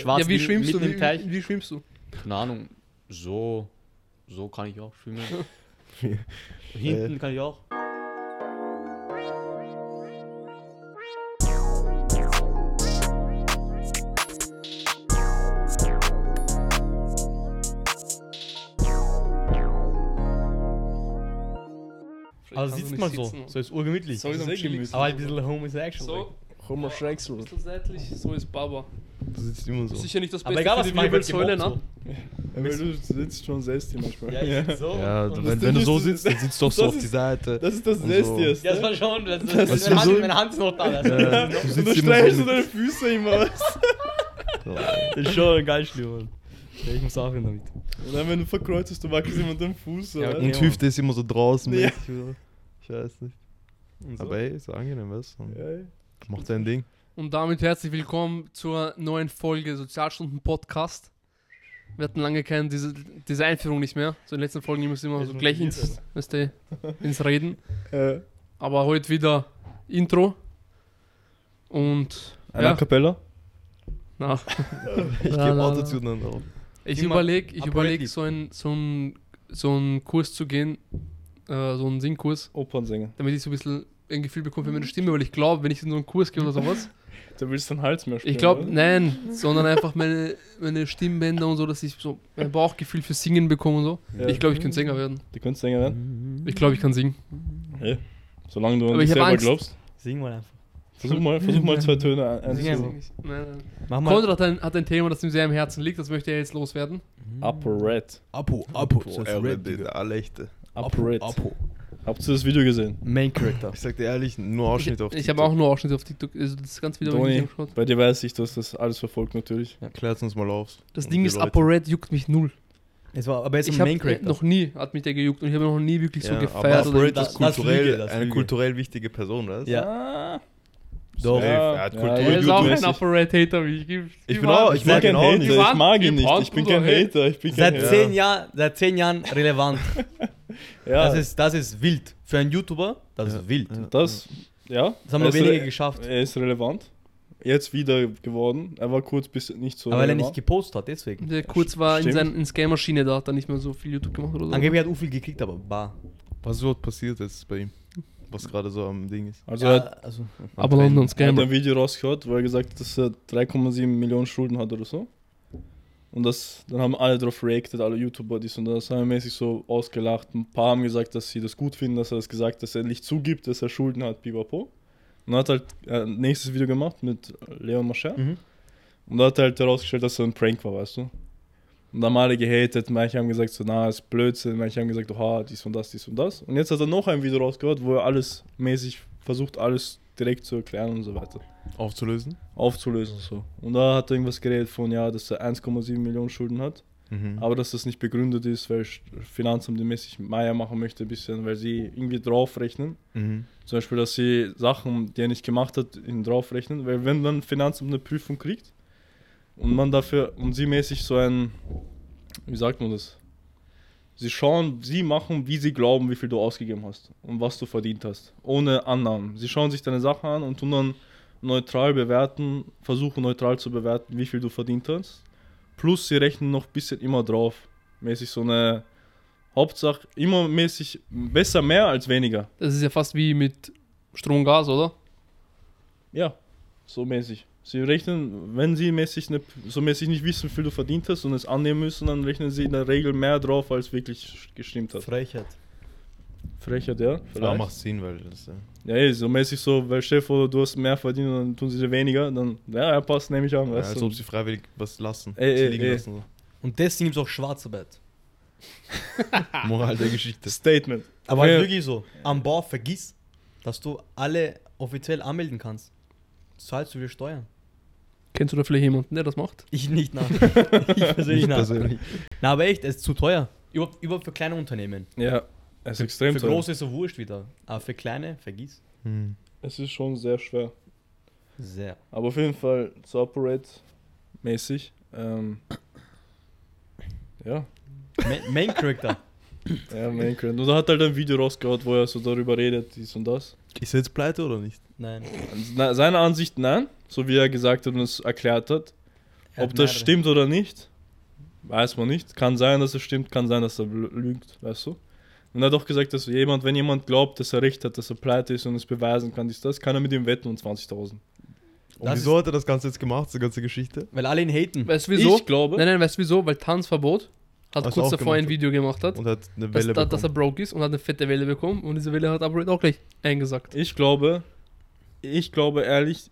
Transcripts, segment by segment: Schwarz ja, wie mitten- schwimmst du? mitten Wie, im Teich. wie, wie schwimmst du? Keine Ahnung. So. So kann ich auch schwimmen. Hinten kann ich auch. Aber kannst du Also sitzt nicht man so. sitzen. So ist urgemütlich. So ist am Sehr chilligsten. gemütlich. Aber halt ein bisschen homosexual. So, Homo ein Shrexel. bisschen seitlich, so ist Baba. Du sitzt immer so. Sicher nicht das Aber Beste egal, was für ich die mache, wird Wirbelsäule, gemobbt. ne? So. Ja, weil du sitzt schon selbst hier manchmal. Ja, ich sitz so. Ja, und- wenn, Ding wenn du ist, so das- sitzt, dann sitzt du auch so das auf die ist- Seite. Das ist das Also- Und so. Nestiest. Ja, das ne? war schon, das, das, ist meine, so- Hand, meine Hand ist noch da. Das Ja, ist du Und du sitzt immer streifst so so deine Füße immer aus. mit- Das ist schon geil schlimm, Mann. Ja, ich muss auch hin damit. Und dann, wenn du verkreuzt bist, du wackelst immer den Fuß. Ja, oder? okay. Und Hüfte ist immer so draußen. Ja. mäßig So. Ich weiß nicht. Aber ey, ist angenehm, weißt du? Ja, ja. Mach dein Ding. Und damit herzlich willkommen zur neuen Folge Sozialstunden Podcast. Wir hatten lange keine diese, diese Einführung nicht mehr. So in den letzten Folgen immer immer so gleich ins, weißt du, ins Reden. Äh, Aber heute wieder Intro. Und eine ja, Kapella? na, La, Ich gebe la, la. Autotune dann auf. ich Immer überlege, ich überleg, Apparently. so einen so ein, so ein Kurs zu gehen, äh, so einen Singkurs, Opernsänger. damit ich so ein bisschen ein Gefühl bekomme für meine Stimme, weil ich glaube, wenn ich in so einen Kurs gehe oder sowas, Du willst deinen Hals mehr spielen, Ich ne- glaube, oder? nein, sondern einfach meine, meine Stimmbänder und so, dass ich so mein Bauchgefühl für Singen bekomme und so. Ja. Ich glaube, ich könnte Sänger werden. Du könntest Sänger werden. Ich glaube, ich kann singen. Solange du an Aber ich dich hab selber Angst. glaubst. Sing mal einfach. Versuch mal, versuch mal zwei Töne ein- Sing einzusingen. Nein, Also, nein. Mach mal. Konrad hat ein, hat ein Thema, das ihm sehr am Herzen liegt, das möchte er jetzt loswerden. Upper Red. Apo, Apo, das Boah, heißt er Red, redet Digga. alle echte. Upper Red. Apo. Habt ihr das Video gesehen? Main Character. Ich sag dir ehrlich, nur Ich, Ausschnitte auf ich habe auch nur Ausschnitte auf TikTok, also das ist ganz wieder hab ich Toni, nicht angeschaut. bei dir weiß ich, dass das alles verfolgt natürlich. Klärt's uns mal auf. Das Und Ding die ist, Leute. ApoRed juckt mich null. Es war aber jetzt Ich ein habe Main Character. noch nie, hat mich der gejuckt und ich habe noch nie wirklich so Ja, gefeiert. Also, Aber Upper Oder Red ist Das- das kulturell Lüge, das eine Lüge. kulturell wichtige Person, weißt du? ja. Ah. Doch. Safe. Er hat Kultur- er ist auch ein YouTube-mäßig. ApoRed-Hater, wie ich gebe. Ich bin auch, ich Ich bin mag kein ihn auch Hater, nicht. ich waren- mag ihn die nicht. waren Ich bin Bruder, kein hey. Hater, ich bin kein Seit, Hater. zehn Jahren, seit zehn Jahren relevant. Ja, Das, ist, das ist wild. Für einen YouTuber, das ist wild. das, ja. Also, Das haben nur Er ist wenige re- geschafft. Er ist relevant. Jetzt wieder geworden. Er war kurz bis nicht so. aber weil er nicht relevant. gepostet hat, deswegen. Der kurz war in, Stimmt. sein, in Scam-Maschine da, hat dann nicht mehr so viel YouTube gemacht oder so. Angeblich hat er viel gekriegt, aber bar. Was ist überhaupt passiert jetzt bei ihm? Was gerade so am Ding ist. Also ja, er hat, also, Aber London er hat Scammer. ein Video rausgehört, wo er gesagt hat, dass er 3,7 Millionen Schulden hat oder so. Und das, dann haben alle drauf reacted, alle YouTuber dies und das, haben mäßig so ausgelacht. Ein paar haben gesagt, dass sie das gut finden, dass er das gesagt hat, dass er nicht zugibt, dass er Schulden hat, pipapo. Und er hat halt äh, ein nächstes Video gemacht mit Leon Mascher. mhm. Und da hat er halt herausgestellt, dass es so ein Prank war, weißt du? Und dann haben alle gehatet, manche haben gesagt, so, na, ist Blödsinn, manche haben gesagt, oha, dies und das, dies und das. Und jetzt hat er noch ein Video rausgehört, wo er alles mäßig versucht, alles direkt zu erklären und so weiter. Aufzulösen? Aufzulösen und so. Und da hat er irgendwas geredet von, ja, dass er 1,7 Millionen Schulden hat, Mhm. aber dass das nicht begründet ist, weil Sch- Finanzamt die mäßig Meier machen möchte, ein bisschen, weil sie irgendwie draufrechnen. Mhm. Zum Beispiel, dass sie Sachen, die er nicht gemacht hat, ihn draufrechnen. Weil wenn dann Finanzamt eine Prüfung kriegt und man dafür und sie mäßig so ein, wie sagt man das? Sie schauen, sie machen, wie sie glauben, wie viel du ausgegeben hast und was du verdient hast. Ohne Annahmen. Sie schauen sich deine Sachen an und tun dann neutral bewerten, versuchen neutral zu bewerten, wie viel du verdient hast. Plus sie rechnen noch ein bisschen immer drauf. Mäßig so eine Hauptsache, immer mäßig besser mehr als weniger. Das ist ja fast wie mit Strom, Gas, oder? Ja, so mäßig. Sie rechnen, wenn sie mäßig ne, so mäßig nicht wissen, wie viel du verdient hast und es annehmen müssen, dann rechnen sie in der Regel mehr drauf, als wirklich gestimmt hat. Frechheit. Frecher, ja? Ja, Vielleicht. macht Sinn, weil das. äh, Ja, ey, so mäßig so, weil Chef oder du hast mehr verdient und dann tun sie dir weniger, dann, ja, ja, passt, nehme ich an, Ja, weißt als du. ob sie freiwillig was lassen. Ey, sie ey, liegen ey. lassen. Und deswegen gibt es auch Schwarzarbeit. So. Moral der Geschichte. Statement. Aber halt Ja. wirklich so, am Bau vergiss, dass du alle offiziell anmelden kannst. Zahlst du wieder Steuern? Kennst du da vielleicht jemanden, der das macht? Ich nicht, nein. ich persönlich Nicht nein. persönlich. Na, aber echt, es ist zu teuer. Überhaupt, überhaupt für kleine Unternehmen. Ja, es ist extrem für teuer. große ist so wurscht wieder. Aber für kleine, vergiss. Hm. Es ist schon sehr schwer. Sehr. Aber auf jeden Fall, so Operate-mäßig, ähm, ja, Ma- Main Character. ja, Minecraft. Und er hat halt ein Video rausgehaut, wo er so darüber redet, dies und das. Also, Ist er jetzt pleite oder nicht? Nein. Na, seiner Ansicht nein, so wie er gesagt hat und es erklärt hat. Der Ob hat das mehrere. stimmt oder nicht, weiß man nicht. Kann sein, dass es stimmt, kann sein, dass er lü- lügt, weißt du? Und er hat auch gesagt, dass jemand, wenn jemand glaubt, dass er recht hat, dass er pleite ist und es beweisen kann, dies, das, kann er mit ihm wetten um 20.000. Und Das wieso hat er das Ganze jetzt gemacht, diese ganze Geschichte? Weil alle ihn haten. Weißt du wieso? Ich glaube, Nein, nein, weißt du wieso? Weil Tanzverbot hat Hast du kurz auch davor gemacht, ein Video gemacht hat, Und hat eine dass, Welle da, dass er bekommen. broke ist und hat eine fette Welle bekommen und diese Welle hat Upgrade auch gleich eingesackt. ich glaube, ich glaube ehrlich,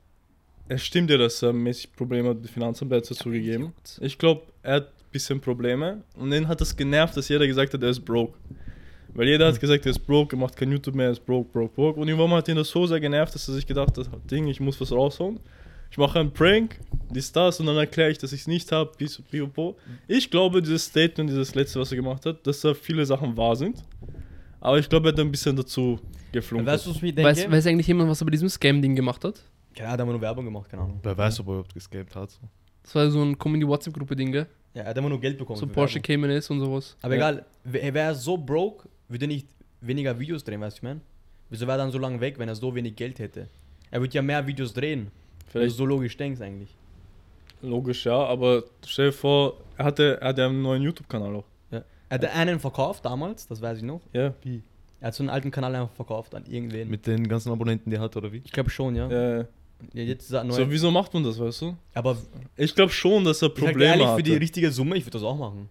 es stimmt ja, dass er mäßig Probleme hat mit dem Finanzamt, er hat es ja zugegeben. Ich glaube, er hat ein bisschen Probleme und den hat das genervt, dass jeder gesagt hat, er ist broke. Weil jeder hat gesagt, er ist broke, er macht kein YouTube mehr, er ist broke, broke, broke. Und irgendwann hat ihn das so sehr genervt, dass er sich gedacht hat, "Oh, Ding, ich muss was raushauen. Ich mache einen Prank, dies, das und dann erkläre ich, dass ich es nicht habe, bis pipapo. Ich glaube, dieses Statement, dieses letzte, was er gemacht hat, dass da viele Sachen wahr sind. Aber ich glaube, er hat ein bisschen dazu geflunkert. Weißt du, was ich mir denke? Weiß, weiß eigentlich jemand, was er bei diesem Scam-Ding gemacht hat? Ja, da haben wir nur Werbung gemacht, keine Ahnung. Wer weiß, ob er überhaupt gescaped hat. So. Das war so ein Comedy-WhatsApp-Gruppe-Ding, gell? Ja, er hat immer nur Geld bekommen. So für Porsche Werbung. Cayman S und sowas. Aber Ja. egal, w- wäre er so broke, würde er nicht weniger Videos drehen, weißt du, ich meine? Wieso wäre er dann so lange weg, wenn er so wenig Geld hätte? Er würde ja mehr Videos drehen, wenn du Also- Vielleicht so logisch denkst eigentlich. logisch, ja, aber stell dir vor, er hatte, er hatte einen neuen YouTube-Kanal auch. Er hat einen verkauft damals, das weiß ich noch. Ja, Er hat so einen alten Kanal einfach verkauft an irgendwen. Mit den ganzen Abonnenten, die er hat, oder wie? ich glaube schon, ja. äh, ja jetzt ist er neu. so wieso macht man das, weißt du? Aber Ich glaube schon, dass er ich sag dir Probleme ehrlich, hatte. für die richtige Summe, ich würde das auch machen.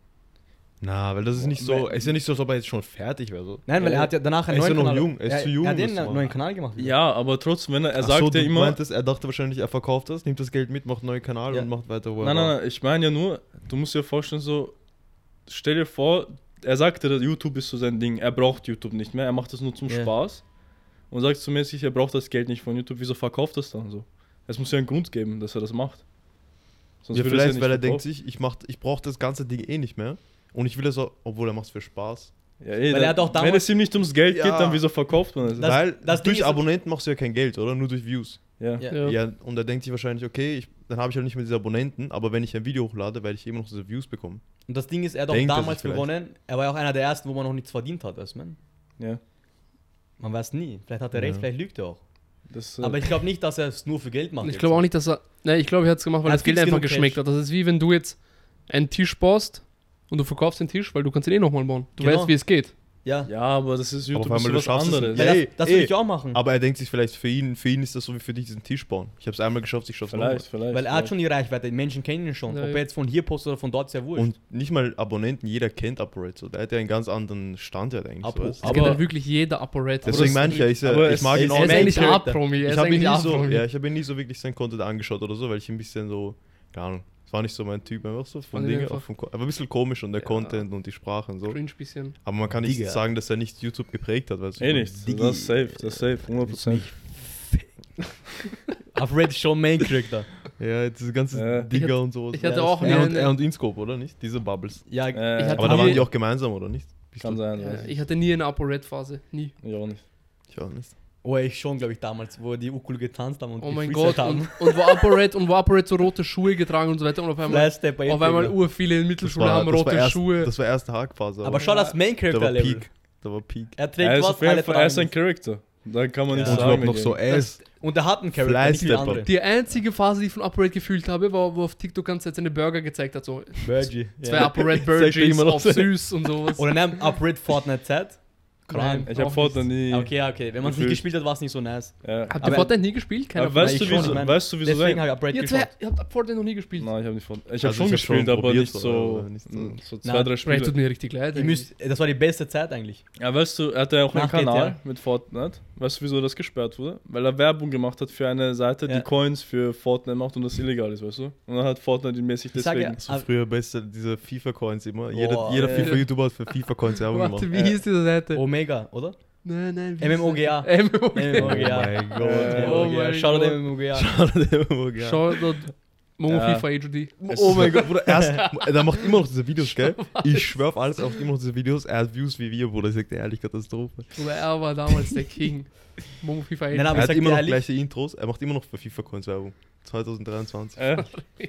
Na, weil das ist nicht so. Es ist ja nicht so, als ob er jetzt schon fertig wäre. So. Nein, weil Ja. er hat ja danach einen Er ist neuen ja noch Kanal. jung, er ist ja, zu jung, Er hat das den zu machen. neuen Kanal gemacht. Ja, aber trotzdem, wenn er, er Ach sagt so, du ja immer. meintest, er dachte wahrscheinlich, er verkauft das, nimmt das Geld mit, macht einen neuen Kanal Ja. und macht weiter, wo er Nein, nein, war. nein, ich meine ja nur, du musst dir vorstellen, so, stell dir vor, er sagte, dass YouTube ist so sein Ding, er braucht YouTube nicht mehr, er macht das nur zum Ja. Spaß und sagt so mäßig, er braucht das Geld nicht von YouTube, wieso verkauft das dann so? Es muss ja einen Grund geben, dass er das macht. Sonst Ja, würde es vielleicht, nicht weil er verkaufen. denkt sich, ich, mach- ich brauche das ganze Ding eh nicht mehr. Und ich will das auch, obwohl er macht es für Spaß. Ja, ey, Weil er dann- hat auch wenn damals- es ihm nicht ums Geld geht, Ja. dann wieso verkauft man es? Das- Weil das Ding durch ist- Abonnenten machst du ja kein Geld, oder? Nur durch Views. ja. Ja. Ja. und er denkt sich wahrscheinlich, okay, ich, dann habe ich halt nicht mehr diese Abonnenten, aber wenn ich ein Video hochlade, werde ich immer noch diese Views bekommen. Und das Ding ist, er hat auch Denkt er sich damals vielleicht. begonnen. Er war ja auch einer der ersten, wo man noch nichts verdient hat, weißt du, man? Ja. Man weiß nie. Vielleicht hat er recht, Ja. vielleicht lügt er auch. Das, äh, Aber ich glaube nicht, dass er es nur für Geld macht. Und ich glaube auch nicht, dass er. Nein, ich glaube, er hat es gemacht, weil Er das hat Geld fix einfach genug Cash. geschmeckt hat. Das ist wie wenn du jetzt einen Tisch baust und du verkaufst den Tisch, weil du kannst ihn eh nochmal bauen. Du Genau. weißt, wie es geht. Ja. ja, aber das ist YouTube auf ist einmal, du was schaffst es anderes. nicht. ja Ey, das das ey. würde ich auch machen. Aber er denkt sich vielleicht für ihn, für ihn ist das so wie für dich diesen Tisch bauen. Ich habe es einmal geschafft, ich schaffe es nochmal. Vielleicht, vielleicht. Weil er hat vielleicht. schon die Reichweite, die Menschen kennen ihn schon. Ja, Ob ja. er jetzt von hier postet oder von dort, ist ja wurscht. Und nicht mal Abonnenten, jeder kennt Uprate. So. Der hat ja einen ganz anderen Standard eigentlich. Apo. weißt du? Das Aber- kennt halt wirklich jeder Operator. Deswegen meine ich ja, ich, aber äh, ich es- mag ihn es- auch er ist Moment, eigentlich ein Charakter. A-Promi. Er Ich ist habe ihn, eigentlich nie ein so, A-Promi. ja, ich hab ihn nie so wirklich sein Content angeschaut oder so, weil ich ein bisschen so, keine Ahnung, es war nicht so mein Typ, einfach so Fand vom ihn Ding, einfach- auch vom, Ko- aber ein bisschen komisch und der Ja. Content und die Sprache und so. Cringe bisschen. Aber man kann nicht Digga. sagen, dass er nicht YouTube geprägt hat, weißt du? Eh nichts. Digi- Das ist safe, das ist safe, 100%. Auf Red ist schon Main Character. Ja, dieses ganze Ja. Digger Ich hatte- und sowas. ich hatte ja, auch er und, eine- er und Inscope, oder nicht? Diese Bubbles. Ja, Äh, Ich hatte- Aber da nie- waren die auch gemeinsam, oder nicht? kann sein, Ja, weiß ich. ich hatte nie eine Operator-Phase. Nie. Ich auch nicht. Ich auch nicht. oh, ich schon, glaube ich, damals, wo die Ukul getanzt haben und Oh mein gefreestylt Gott. Und, und wo Operator und wo Operator so rote Schuhe getragen und so weiter. Und auf einmal, Last Step bei ne? auf einmal Instagram. ur viele in Mittelschule haben rote erst, Schuhe. Das war erste Hackphase. Aber schau das Main da Character war Level. Peak. Da war Peak. Er trägt Er ist was, auf jeden alle Fall er ist tragen. ein Charakter. Da kann man Ja. nicht Und Und sagen. überhaupt noch ey. so, er ist Und er hat einen Character, nicht viele Fleißstepper. andere. Die einzige Phase, die ich von Upgrade gefühlt habe, war, wo auf TikTok ganz Zeit seine Burger gezeigt hat. So Virgie. zwei Ja. Upgrade Zeigt er Burgers immer noch auf so. süß und sowas. Oder nein, ab Red Fortnite Z. Nein, Krank. Ich habe auch Fortnite nicht. nie. Okay, ja, okay. Wenn man es nicht Gefühlt. gespielt hat, war es nicht so nice. Ja. Habt ihr Aber- Fortnite nie gespielt? Keiner Aber weißt, Nein, du, ich von schon, euch? wieso, ich mein, weißt du, wieso Deswegen sein? habe ich Upgrade Ihr zwei, geschaut. ihr habt Fortnite noch nie gespielt. Nein, ich habe nicht von. Ich Also habe schon ich hab schon gespielt, aber probiert, nicht so. aber nicht so. mh, So zwei, Nein. drei Vielleicht tut Spiele. mir richtig leid. Ihr müsst, das war die beste Zeit eigentlich. Ja, weißt du, er hatte ja auch einen Nach GTA. Kanal mit Fortnite. Weißt du, wieso das gesperrt wurde? Weil er Werbung gemacht hat für eine Seite, Ja. die Coins für Fortnite macht und das illegal ist, weißt du? Und dann hat Fortnite ihn mäßig Ich sag ja, deswegen. So also ab- früher beste diese FIFA-Coins immer. Boah, jeder jeder ey. FIFA-YouTuber hat für FIFA-Coins Werbung gemacht. Warte, wie hieß diese Seite? Omega, oder? Nein, nein. wie hieß MMOGA. die Seite? MMOGA. MMOGA. mein Gott. Äh, Oh MMOGA. mein Shoutout Gott. MMOGA. Schade, Shoutout Momo Ja. FIFA AGD. Oh mein Gott, Bruder, erst, er macht immer noch diese Videos, gell? Ich schwör auf alles, er macht immer noch diese Videos. Er hat Views wie wir, Bruder. Ich sag dir ehrlich, Katastrophe. Bruder, er war damals der King. Momo FIFA AGD. Nein, aber er ich hat sag immer dir noch ehrlich, gleiche Intros. Er macht immer noch für FIFA-Coins Werbung. 2023. Äh,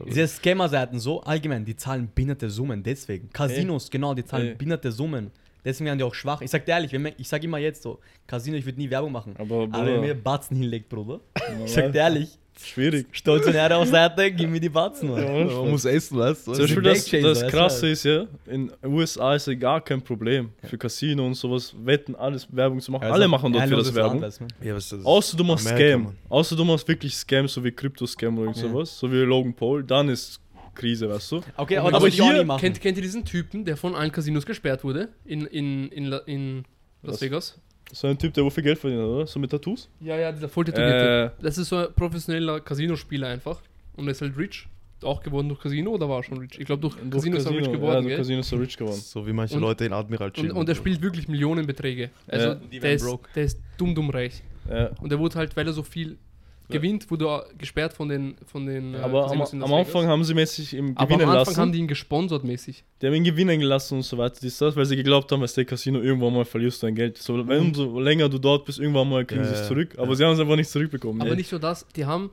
diese Scammer-Seiten so allgemein, die zahlen behinderte Summen, deswegen. Casinos, genau, die zahlen Ey. behinderte Summen. Deswegen werden die auch schwach. Ich sag dir ehrlich, wenn man, ich sag immer jetzt so, Casino, ich würde nie Werbung machen. Aber aber wenn Bruder, mir Batzen hinlegt, Bruder, normal. ich sag dir ehrlich, Schwierig. Stolz und Ehre auf Seite, gib mir die Batzen, Mann. Ja, Man muss essen, weißt du? Zum Beispiel Black das, Chaser, das weißt du Krasse halt. ist ja, in den USA ist ja gar kein Problem für Casino und sowas, Wetten, alles Werbung zu machen. Alle machen dort für das Werbung. Ja, was ist das? Außer du machst Amerika, Scam. Mann. Außer du machst wirklich Scam, so wie Krypto-Scam oder irgend Ja. sowas, so wie Logan Paul, dann ist Krise, weißt du? Okay, aber, Aber das würde ich auch hier nie machen. Kennt, kennt ihr diesen Typen, der von allen Casinos gesperrt wurde? In, in, in, La- in Las Was? Vegas? So ein Typ, der wo viel Geld verdient, oder? So mit Tattoos? Ja, ja, dieser volltätowierte. Äh, Das ist so ein professioneller Casinospieler einfach. Und er ist halt rich. Auch geworden durch Casino oder war er schon rich? Ich glaube, durch, Casino ist er rich ja, geworden, durch gell? Casino ist er rich geworden. So wie manche Und- Leute in Admiral Und, Chim. und er spielt wirklich Millionenbeträge. Ja. Also Und die der, werden ist, broke. der ist dumm, dumm reich. Ja. Und er wurde halt, weil er so viel gewinnt, wurde er gesperrt von den, von den äh, Aber am, Casinos in Las am Vegas. Anfang haben sie mäßig ihm Aber am gewinnen Anfang lassen. haben die, die ihn gesponsert mäßig. haben ihn gewinnen gelassen und so weiter, dies, das, weil sie geglaubt haben, dass der Casino irgendwann mal verlierst du dein Geld. So, wenn, Mhm. umso länger du dort bist, irgendwann mal kriegen Ja, sie es ja, zurück. Aber ja. sie haben es einfach nicht zurückbekommen. Aber Nee. nicht nur das, die haben,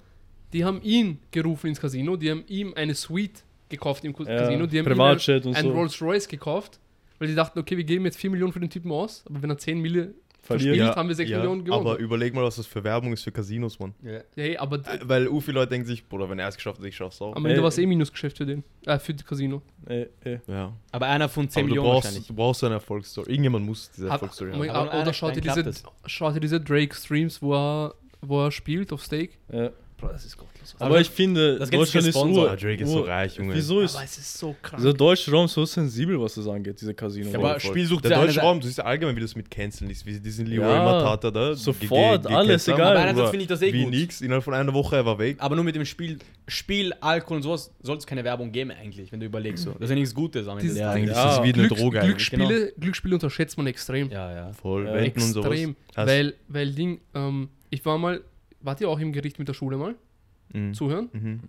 die haben ihn gerufen ins Casino, die haben ihm eine Suite gekauft im Cas- Ja, Casino, die haben Privatjet ihm und ein, ein so. Rolls Royce gekauft, weil die dachten, okay, wir geben jetzt 4 Millionen für den Typen aus, aber wenn er 10 Millionen Verliert. spielt, haben wir sechs Millionen gewonnen. Aber überleg mal, was das für Werbung ist für Casinos, Mann. Ja. hey, aber d- Äh, Weil u viele Leute denken sich, Bruder, wenn er es geschafft hat, ich schaff's auch. am Ende Ey. war es eh Minusgeschäft für den, äh, für das Casino. Ey, ey. Ja. Aber einer von 10 Aber du Millionen brauchst, wahrscheinlich. du brauchst so eine Erfolgsstory. Irgendjemand muss diese Aber, um Erfolgsstory aber- haben. Aber oder einer- schaut ihr, dann diese, klappt schaut ihr diese Drake-Streams, wo er, wo er spielt auf Stake? Ja. Bro, das ist gottlos. Aber, ich finde, das Geld ist Deutschland ist gesponsert. nur. Ah, Drake ist so reich, Junge. Wieso ist aber es ist so krank. dieser deutsche Raum so sensibel, was das angeht, diese Casino? Ja, aber Voll. Spielsucht ist Der eine deutsche Sache. Raum, du siehst ja allgemein, wie das mit Canceln ist, wie sie diesen Leo Ja. Matata da. ge- Sofort, ge- alles, gecancelt haben. egal. Aber einerseits Bruder, finde ich das eh Wie gut. nix, innerhalb von einer Woche, er war weg. Aber nur mit dem Spiel, Spiel, Alkohol und sowas soll es keine Werbung geben eigentlich, wenn du überlegst so. Das ist ja nichts Gutes am Ende. Dieses- Ja, Eigentlich ja. ja. ist das wie eine Glücks- Droge eigentlich. Glücksspiele, Glücksspiele unterschätzt man extrem. ja, ja. Voll, Ja. Wenden und sowas. Extrem. Hast- Weil, weil Ding, ähm, ich war mal, wart ihr auch im Gericht mit der Schule mal? Mhm. Zuhören? Mhm.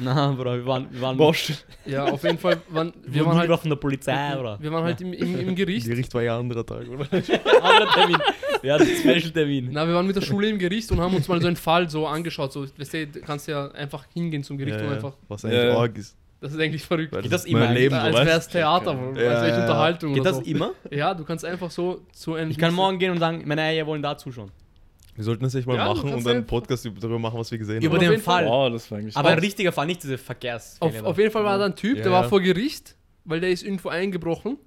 Na, Bruder, wir waren, wir waren, Bosch. Ja, auf jeden Fall. Waren, wir, wir waren waren halt, von der Polizei, oder? wir waren halt im, im, im Gericht. Gericht war ja ein anderer Tag, oder? Anderer Termin. Wir hatten einen Special-Termin. Na, wir waren mit der Schule im Gericht und haben uns mal so einen Fall so angeschaut. So, weißt du, du kannst ja einfach hingehen zum Gericht und einfach. Was eigentlich Ja. arg ist. Das ist eigentlich verrückt. Weil Geht das ist immer mein eigentlich? Leben, als so, weißt wäre es Theater, als Ja, wäre ja. Unterhaltung Geht oder das so. immer? Ja, du kannst einfach so zu einem. Ich kann morgen gehen und sagen, meine Eier wollen dazu schon. Wir sollten das echt mal Ja, du machen kannst und einen einfach- Podcast über- darüber machen, was wir gesehen Über haben. auf den jeden Fall. Fall. Wow, das war eigentlich. Aber ein richtiger Fall, nicht diese Verkehrs. Auf, auf jeden Fall war da ein Typ, der Ja, war ja. vor Gericht, weil der ist irgendwo eingebrochen,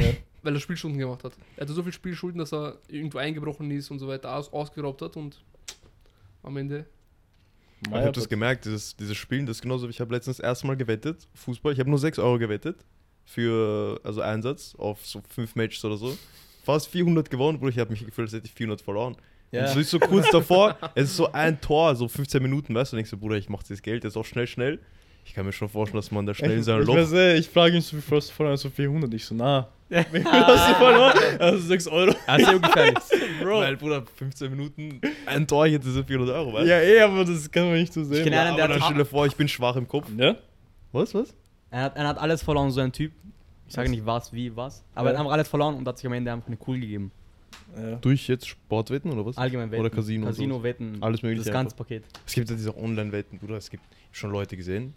Ja. weil er Spielstunden gemacht hat. Er hatte so viel Spielschulden, dass er irgendwo eingebrochen ist und so weiter, aus, ausgeraubt hat und am Ende. Ich habe das gemerkt, dieses, dieses Spielen, das ist genauso. Ich habe letztens erstmal gewettet, Fußball. Ich habe nur 6 Euro gewettet für also Einsatz auf so 5 Matches oder so. Fast 400 gewonnen, Bruder. Ich habe mich gefühlt, als hätte ich 400 verloren. Und so ist so kurz davor, es ist so ein Tor, so 15 Minuten, weißt du, denkst du, Bruder, ich mache das Geld jetzt auch schnell, schnell. Ich kann mir schon vorstellen, dass man da schnell in sein ich, Loch. weiß, ey, ich frage ihn so, wie viel hast du verloren? So 400. Ich so, na. Wie viel hast du verloren? Also 6 Euro. Also ungefährlich. Weil, Bruder, 15 Minuten, ein Tor, ich hätte so 400 Euro, weißt du? Ja, eh, aber das kann man nicht so Ich sehen. kenne einen, Aber der dann hat, stell dir vor, ich bin schwach im Kopf. Ja? Was, was? er hat, er hat alles verloren, so ein Typ. Ich sage nicht was, wie, was. Aber er Ja. hat einfach alles verloren und hat sich am Ende einfach eine Kugel gegeben. ja. Durch jetzt Sportwetten oder was? Allgemein Wetten. Oder Casino und Casino, sowas. Wetten. Alles Mögliche Das ganze Paket. Es gibt ja diese Online-Wetten, Bruder. Es gibt schon Leute gesehen.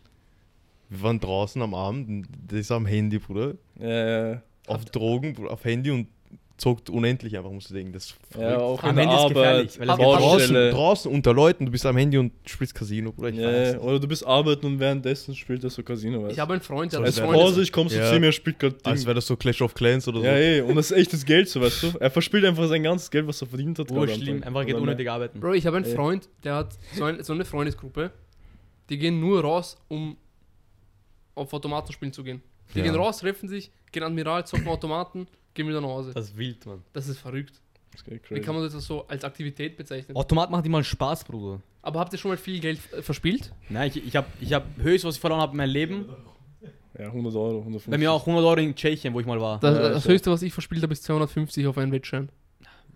Wir waren draußen am Abend, das ist am Handy, Bruder. Ja, ja. Auf Drogen, Bruder, auf Handy und zockt unendlich einfach, musst du denken. Das ist ja, verrückt. auch Am in der Ende ist Arbeit, gefährlich, weil es geht draußen, Baustelle. draußen unter Leuten, du bist am Handy und spielst Casino, Bruder. Ich weiß. Ja, oder du bist arbeiten und währenddessen spielt er so Casino, weißt Ich habe einen Freund, der So, hat das wär- Als einen Vorsicht. Freund. Vorsicht kommst du Also Ja. zu mir, er spielt gerade Als Ding. wäre das so Clash of Clans oder so. Also- Ja, ey, und das ist echtes Geld, so weißt du. Er verspielt einfach sein ganzes Geld, was er verdient hat. gerade am Urschlimm, Tag. Oh, einfach geht Oder unnötig arbeiten. Bro, ich habe einen Ey. Freund, der hat so, ein, so eine Freundesgruppe, die gehen nur raus, um auf Automaten spielen zu gehen. Die Ja. gehen raus, treffen sich, gehen Admiral, zocken Automaten, gehen wieder nach Hause. Das ist wild, Mann. Das ist verrückt. Das geht Wie kann crazy. man das so als Aktivität bezeichnen? Automat macht immer Spaß, Bruder. Aber habt ihr schon mal viel Geld äh, verspielt? Nein, ich, ich habe ich hab höchst, was ich verloren habe in meinem Leben. Ja, 100 Euro, 150. Bei mir auch 100 Euro in Tschechien, wo ich mal war. Das, Ja, das so. höchste, was ich verspielt habe, ist 250 auf einen Wettschein.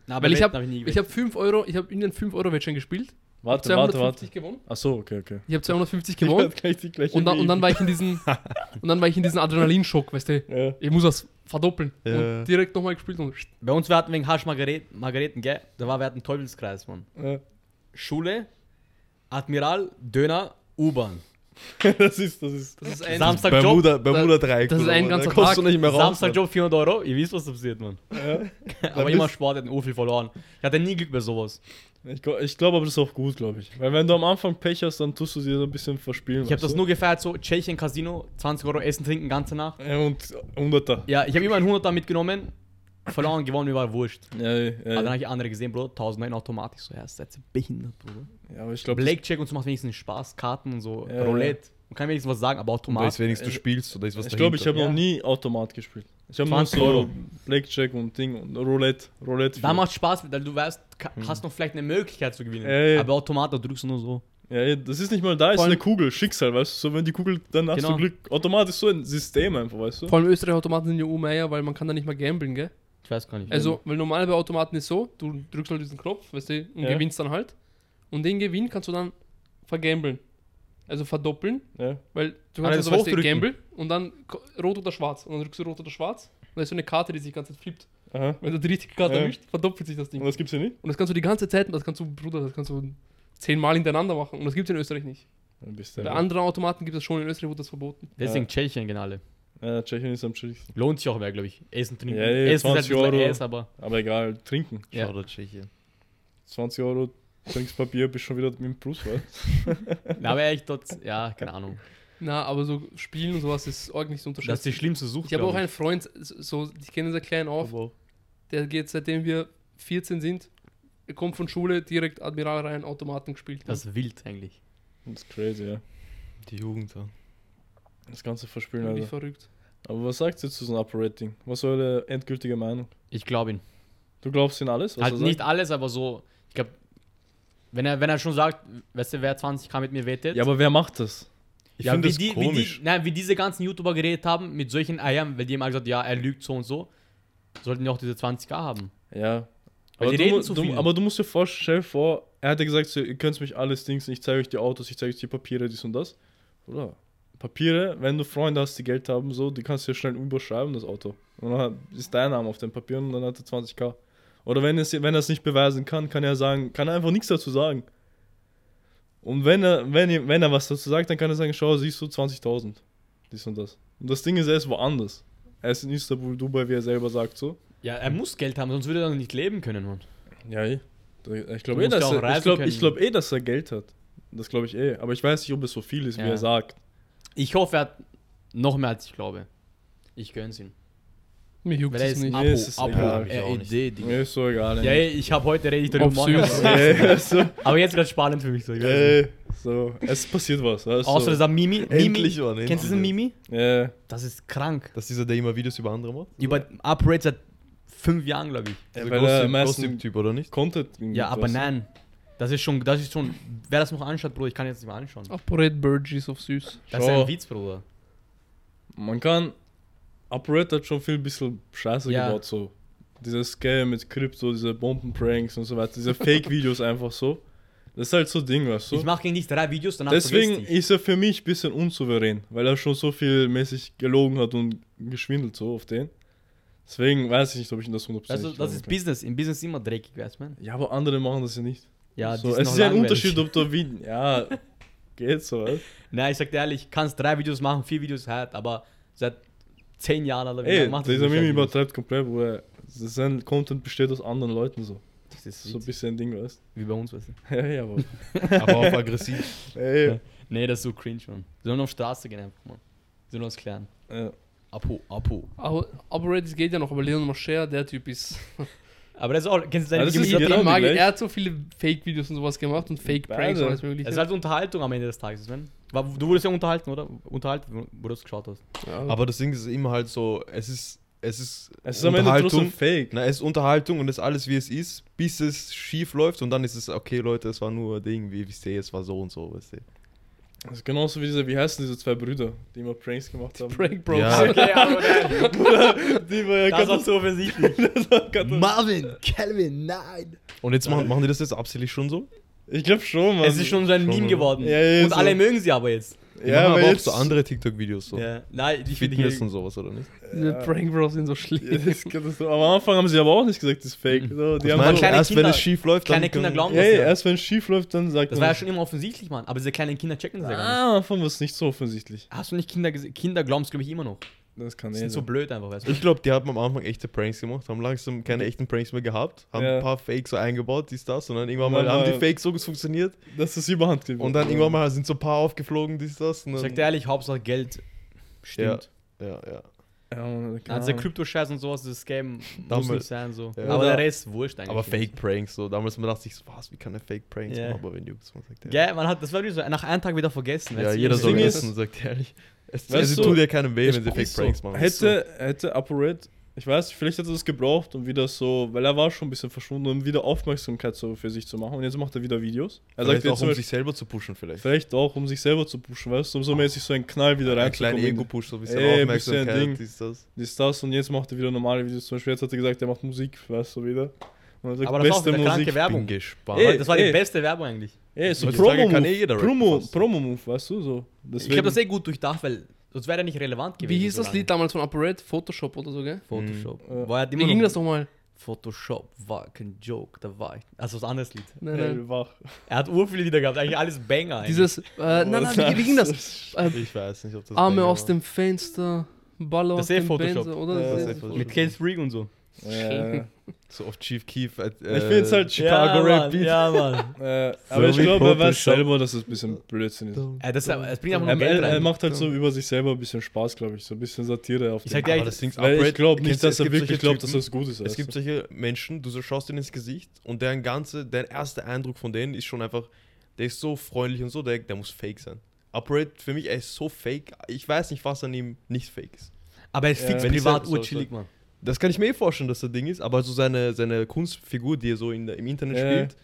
Na, bei Weil ich Wetten habe hab nie ich gewettet. hab 5 Euro, ich habe irgendeinen 5 Euro Wettschein gespielt. Warte, warte, 250 warte. gewonnen. Achso, okay, okay. Ich habe 250 Ich gewonnen hab gleich die gleiche und dann, und dann Idee. war ich in diesen und dann war ich in diesen Adrenalinschock, weißt du? Ja. Ich muss das verdoppeln Ja. und direkt nochmal gespielt und Bei uns, wir hatten wegen Hasch Margareten, Margareten, gell? Da war, wir hatten Teufelskreis, Mann. Ja. Schule, Admiral, Döner, U-Bahn. das ist, das ist. Das ist ein Samstag Job. Bermuda, Bermuda Dreieck. das ist Bruder, ein da ganzer kommst Tag. Du nicht mehr raus, Samstag Job 400 Euro. Ihr wisst, was da passiert, Mann. Ja. Aber immer Sport hat den viel verloren. Ich hatte nie Glück bei sowas. Ich, glaub- ich glaube aber, das ist auch gut, glaube ich. Weil wenn du am Anfang Pech hast, dann tust du dir so ein bisschen verspielen. Ich habe weißt das du? nur gefeiert, so Tschechien Casino, 20 Euro Essen, Trinken, ganze Nacht. Ja, und Hunderter. Ja, ich habe immer einen 100er mitgenommen, verloren, gewonnen, mir war wurscht. Ja, ja, Aber dann ja. habe ich andere gesehen, Bro, 1000 Euro automatisch. So, ja, seid ihr behindert, Bruder. ja aber ich glaube, das- Blackjack und so macht wenigstens Spaß, Karten und so, Ja, Roulette. Man kann wenigstens was sagen, aber Da automatisch. ist wenigstens, du spielst, da ist was ich, glaub, ich habe Ja. noch nie Automat gespielt. Ich habe nur 20 so Euro. Blackjack und Ding und Roulette. Roulette Da viel. macht Spaß, weil du weißt, ka- hast noch vielleicht eine Möglichkeit zu gewinnen. Hm. Ja, ja. Aber automatisch drückst du nur so. Ja, ja, das ist nicht mal da, ist Vor allem- eine Kugel, Schicksal, weißt du? So, wenn die Kugel, dann hast du Genau. Glück. Automatisch so ein System einfach, weißt du? Vor allem Österreich-Automaten sind ja Umeier, weil man kann da nicht mal gamblen, gell? Ich weiß gar nicht. Also, weil normal bei Automaten ist so, du drückst halt diesen Knopf, weißt du, und Ja. gewinnst dann halt. Und den Gewinn kannst du dann vergambeln. Also verdoppeln, Ja. weil Ah, du kannst das also, weißt du, Hochdrücken. gamblen und dann ko- rot oder schwarz. Und dann drückst du rot oder schwarz. Und da ist so eine Karte, die sich die ganze Zeit flippt. Aha. Wenn du die richtige Karte Ja. erwischt, verdoppelt sich das Ding. Und das gibt's hier nicht? Und das kannst du die ganze Zeit, und das kannst du, Bruder, das kannst du zehnmal hintereinander machen. Und das gibt es in Österreich nicht. Dann bist Bei anderen Automaten gibt es schon, in Österreich wurde das verboten. Deswegen Tschechien gehen alle. Ja, Tschechien ist am chilligsten. Lohnt sich auch mehr, glaube ich. Essen, trinken. Ja, ja, Essen ist halt 20 ein bisschen Euro. ass, aber. Aber egal, trinken. Ja. Schau da Tschechien. 20 Euro, trinkst Papier, bist schon wieder mit dem Plus, weißt Na, aber echt dort. Ja, keine Ahnung. Na, aber so Spielen und sowas ist arg nicht Das zu ist unterschätzen. die schlimmste Sucht. Ich habe glaub auch einen Freund, so, ich kenne sehr klein auf, Aber- der geht seitdem wir 14 sind, er kommt von Schule direkt Admiral rein, Automaten gespielt. Das ist wild eigentlich. du? Das ist crazy, ja. Die Jugend da. Das ganze Verspielen, also. Bin ich Alter. verrückt. Aber was sagt ihr zu so einem Upper-Rating? Was ist eure endgültige Meinung? Ich glaube ihn. Du glaubst in alles? was halt er sagt? nicht alles, aber so. Ich glaube, wenn er, wenn er schon sagt, weißt du, wer 20k mit mir wettet. Ja, aber wer macht das? Ich Ja, finde wie das die, komisch. Wie die, nein, wie diese ganzen YouTuber geredet haben mit solchen Eiern, weil die haben alle gesagt, ja, er lügt so und so. Sollten die auch diese 20k haben. Ja. Weil Aber die du, reden mu- zu du, viel. aber du musst dir vorstellen, vor, er hat ja gesagt, so, ihr könnt mich alles Dings, ich zeige euch die Autos, ich zeige euch die Papiere, dies und das. Oder? Papiere, wenn du Freunde hast, die Geld haben, so, die kannst du ja schnell überschreiben, das Auto. Und dann hat- ist dein Name auf den Papieren und dann hat er 20k. Oder wenn, es, wenn er es nicht beweisen kann, kann er sagen, kann er einfach nichts dazu sagen. Und wenn er, wenn, er- wenn er was dazu sagt, dann kann er sagen, schau, siehst du 20.000. Dies und das. Und das Ding ist, er ist woanders. Er ist in Istanbul, Dubai, wie er selber sagt, so. Ja, er muss Geld haben, sonst würde er nicht leben können, Mann. Ja, eh. Da- ich Du glaube eh, musst ja dass auch er, reisen ich glaub, ich können. glaub eh, dass er Geld hat. Das glaube ich eh. Aber ich weiß nicht, ob es so viel ist, wie Ja. er sagt. Ich hoffe, er hat noch mehr als ich glaube. Ich gönn's ihm. Mir juckt Weil er es ist äh, nicht. Abo, Nee, es ist Abo, egal. er Ich auch Idee, Digga. Mir ist so egal. Ja, eh. ey. ey, ich habe heute rede ich Auf darüber morgen. süß. aber- Ey, so, Aber jetzt gerade spannend für mich so. ich weiß nicht. ey, so. Es passiert was. Also. Außer dieser Mimi. Mimi. Endlich, Mann, endlich. Kennst du diesen Mimi? Ja, eh. Das ist krank. Dass dieser, der immer Videos über andere macht? Über Uprates seit fünf Jahren, glaube ich. ja, Also weil er Gossip- am meisten Gossip-Typ, oder nicht? Content irgendwie Ja, aber was- nein. Das ist schon, das ist schon. Wer das noch anschaut, Bruder, ich kann jetzt nicht mehr anschauen. Apparat Burgess auf süß. Das ist Schau. ein Witz, Bruder. Man kann. UpRed hat schon viel bisschen Scheiße Ja. gebaut, so. Dieser Scam mit Krypto, diese Bombenpranks und so weiter. Diese Fake-Videos einfach so. Das ist halt so Ding, weißt du? Ich mache gegen dich drei Videos, danach Deswegen vergisst dich. ist er für mich ein bisschen unsouverän, weil er schon so viel mäßig gelogen hat und geschwindelt so auf den. Deswegen weiß ich nicht, ob ich ihn das 100% Weißt du, Also, das glauben ist kann. Business. Im Business ist immer dreckig, weißt du, man? Ja, aber andere machen das ja nicht. Ja, so, die es noch ist ja ein langweilig. Unterschied, ob du wie. Ja, geht so, weißt Nein, ich sag dir ehrlich, kannst drei Videos machen, vier Videos halt, aber seit zehn Jahren oder du? wie Ey, lange macht das dieser nicht, Mimi Videos? übertreibt komplett, wo er. Sein Content besteht aus anderen Leuten so. Das ist So ein so bisschen ein Ding, weißt wie bei uns, weißt du? du? Ja, ja, aber. Aber auf aggressiv. Ey. Nee, das ist so cringe, man. Die sollen auf Straße gehen einfach, man. Die sollen uns klären. Ja. Apo, Apo. Aber Apparat geht ja noch, aber Leon Mascher, der Typ ist. Aber das ist auch, kennst du Ja, seine das Videos? Ich ist hab genau den die Mag- gleiche- er hat so viele Fake-Videos und sowas gemacht und Fake-Pranks und Beide. alles mögliche. Es ist halt Unterhaltung am Ende des Tages, man. War- Du wurdest ja unterhalten, oder? Unterhalten, wo du es geschaut hast. Ja. Aber das Ding ist immer halt so, es ist, es ist Es ist am Ende trotzdem fake. Na, es ist Unterhaltung und es ist alles, wie es ist, bis es schief läuft und dann ist es, okay, Leute, es war nur Ding, wie ich sehe, es war so und so, weißt du. Das ist genauso wie diese, wie heißen diese zwei Brüder, die immer Pranks gemacht haben? Prank Bros. Ja. Okay, aber nein. Die war ja Das war so offensichtlich. Katastrophe. Marvin, Calvin, nein. Und jetzt machen, machen die das jetzt absichtlich schon so? Ich glaube schon, Mann. Es ist schon so ein Schon, Meme oder? geworden. Ja, ja, Und so. alle mögen sie aber jetzt. Die ja, machen aber auch so andere TikTok-Videos so. Ja. Nein, ich finde Fitness hier. und sowas, oder nicht? Diese Prank Bros sind so Ja, schlimm. das ist Katastrophe. Aber am Anfang haben sie aber auch nicht gesagt, das ist fake. So, die Ich haben meine, meine, so, kleine erst wenn Kinder- es schief läuft, kleine dann Kinder können- glauben hey, das ja. erst wenn es schief läuft, dann sagt Das war man. ja schon immer offensichtlich, Mann. Aber diese kleinen Kinder checken das ja gar nicht. ah, am Anfang war es nicht so offensichtlich. Hast du nicht Kinder gesehen? Kinder glauben es, glaube ich, immer noch. Das kann Die eh sind so sein. blöd einfach, weißt du? Ich glaube, die haben am Anfang echte Pranks gemacht, haben langsam keine echten Pranks mehr gehabt, haben Ja. ein paar Fakes so eingebaut, dies, das, und dann irgendwann Und mal dann haben war- die Fakes so gut funktioniert Dass das überhand gewinnt. und dann irgendwann mal sind so ein paar aufgeflogen, dies, das. Und Ich dann, sag dir ehrlich, Hauptsache Geld stimmt. ja, ja. Ja, Mann, keine Also der Ahnung. Krypto-Scheiß und sowas, das Scam muss Damals- nicht sein so. Ja. Aber Oder- der Rest wurscht eigentlich. Aber Fake-Pranks, so. Damals man dachte ich so, was, wie kann er Fake-Pranks Ja. machen, aber wenn juckt man sagt, Ja, man hat, das war wirklich so, nach einem Tag wieder vergessen. ja, weißt du, jeder irgendwie soll Ding so. ist- essen, sagt er ehrlich. Es, Weißt es du, tut ja keinem weh, es wenn sie ist so. Fake-Pranks machen. Hätte, hätte ApoRed, ich weiß nicht, vielleicht hätte er das gebraucht, um wieder so, weil er war schon ein bisschen verschwunden, um wieder Aufmerksamkeit so für sich zu machen. Und jetzt macht er wieder Videos. Er Er sagt sagt jetzt auch, zum um Beispiel, sich selber zu pushen vielleicht. vielleicht auch, um sich selber zu pushen, weißt du, um so mäßig so einen Knall wieder Ein kleiner reinzukommen. Ego-Push, so ein bisschen Ey, bisschen Aufmerksamkeit, Ding. dies, das. Dies, das und jetzt macht er wieder normale Videos. Zum Beispiel jetzt hat er gesagt, er macht Musik, weißt du, wieder. Und er sagt, Aber das war auch beste wieder kranke Musik. Bin Werbung. gespannt. Ey, das war die ey. beste Werbung eigentlich. Ey, so Heutzutage Promo-Move, kann eh jeder rappen Promo, fast. Promo-Move, weißt du, so. Deswegen, Ich habe das eh gut durchdacht, weil sonst wäre der nicht relevant gewesen. Wie hieß so das Lied lange. damals von ApoRed? Photoshop oder so, gell? Photoshop. Mhm. War ja immer Wie ging noch- das nochmal? Photoshop war kein Joke, da war ich. Also was anderes Lied. Nein, nein. Ey, wach. Er hat urviele Lieder gehabt, eigentlich alles Banger. eigentlich. Dieses, äh, nein, nein, wie, wie ging das? Äh, also Ich weiß nicht, ob das Arme Banger aus war. dem Fenster, Baller Das ist aus eh dem Photoshop. Benzer, oder? Ja, Das das ist ist eh eh Photoshop. Mit Kate Freak und so. Ja, So auf Chief Keef. Äh, Ich find's halt Chicago ja, Rap Mann, Beat. Ja, Mann. Äh, So aber ich wie glaube, er weiß Photoshop. selber, dass es ein bisschen Blödsinn ist. Äh, das, das bringt einfach Er, nur Geld er, er rein. macht halt so über sich selber ein bisschen Spaß, glaube ich. So ein bisschen Satire auf Ich den- sag dir, Aber ehrlich, das Ding ist, Weil ich Upgrade- glaube nicht, kennst du, dass es er gibt solche wirklich glaubt, dass Typen- das gut ist. Es gibt weißt solche Menschen, du so schaust ihnen ins Gesicht und deren ganze, dein erster Eindruck von denen ist schon einfach, der ist so freundlich und so, der, der muss fake sein. Upgrade für mich, er ist so fake. Ich weiß nicht, was an ihm nicht fake ist. Aber er ist Ja. fix Wenn ich privat selbst so urchillig, Mann. Das kann ich mir eh vorstellen, dass das Ding ist, aber so seine, seine Kunstfigur, die er so in, der- im Internet Ja, spielt,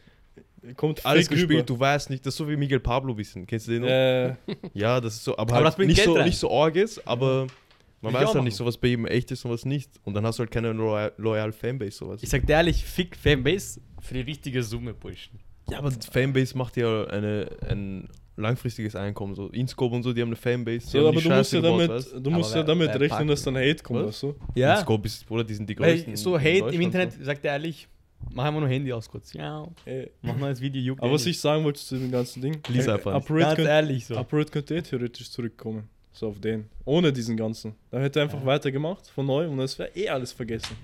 du? Kommt alles fake gespielt, rüber. du weißt nicht, das ist so wie Miguel Pablo bisschen. Kennst du den noch? Äh, Ja, das ist so, aber, Aber das halt bringt nicht, Geld so, rein. nicht so arg ist, Will ich aber man auch weiß halt machen. nicht, so was bei jedem echt ist und was nicht. Und dann hast du halt keine loyal, loyal Fanbase, sowas. Ich sag dir ehrlich, fick Fanbase für die richtige Summe pushen. Ja, aber Fanbase macht ja eine, ein langfristiges Einkommen. So Inscope und so, die haben eine Fanbase. Die so, haben aber die du musst Scheiße ja gebaut, damit, weißt du musst Aber ja wer- damit wer rechnen, packt? dass dann Hate kommt, Was? weißt du? Ja. Inscope ist, Bruder, die sind die größten. Weil so in Hate im Deutschland, Internet, sagt er ehrlich, mach einfach nur Handy aus kurz. Ja, Ey. mach neues Video, juckt. Aber eh was nicht. ich sagen wollte zu dem ganzen Ding, Lies einfach nicht. Upgrade ganz könnte ehrlich so. Upgrade könnte eh theoretisch zurückkommen. So auf den. Ohne diesen ganzen. Da hätte er einfach Ja. weitergemacht von neu und das wäre eh alles vergessen.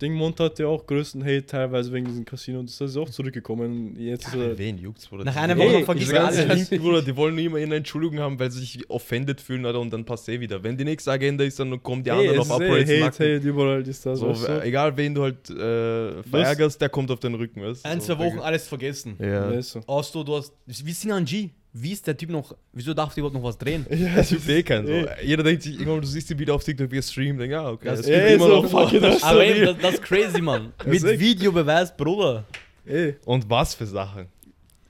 Dingmond hat ja auch größten Hate teilweise wegen diesem Casino und das ist auch zurückgekommen. Und Jetzt ist So. Ja, er, wen juckt's, Bruder? Nach Die- einer Ey, Woche diese vergisst man ganzen alles. Linken, Bruder, die wollen nur immer eine Entschuldigung haben, weil sie sich offended fühlen, Alter, und dann passt eh wieder. Wenn die nächste Agenda ist, dann kommen die Ey, anderen es auf ist eh Upgrades. Hate, nacken. Hate, überall ist das. so, weißt du? Egal wen du halt äh, verärgerst, der kommt auf den Rücken, weißt du? Ein, So, zwei Wochen alles vergessen. Ja. Weißt du? Hast du, du hast. Wie ist Sinan G? Wie ist der Typ noch? Wieso darf der überhaupt noch was drehen? Ja, das ist eh kein so. Jeder denkt sich, irgendwann, du siehst die wieder auf TikTok, wir streamen, denk, ah, okay. Das es ist gibt eh immer so, noch fuck it, das ist Aber eben, real. das, das ist crazy, Mann. Mit echt- Videobeweis, Bruder. Ey, Und was für Sachen.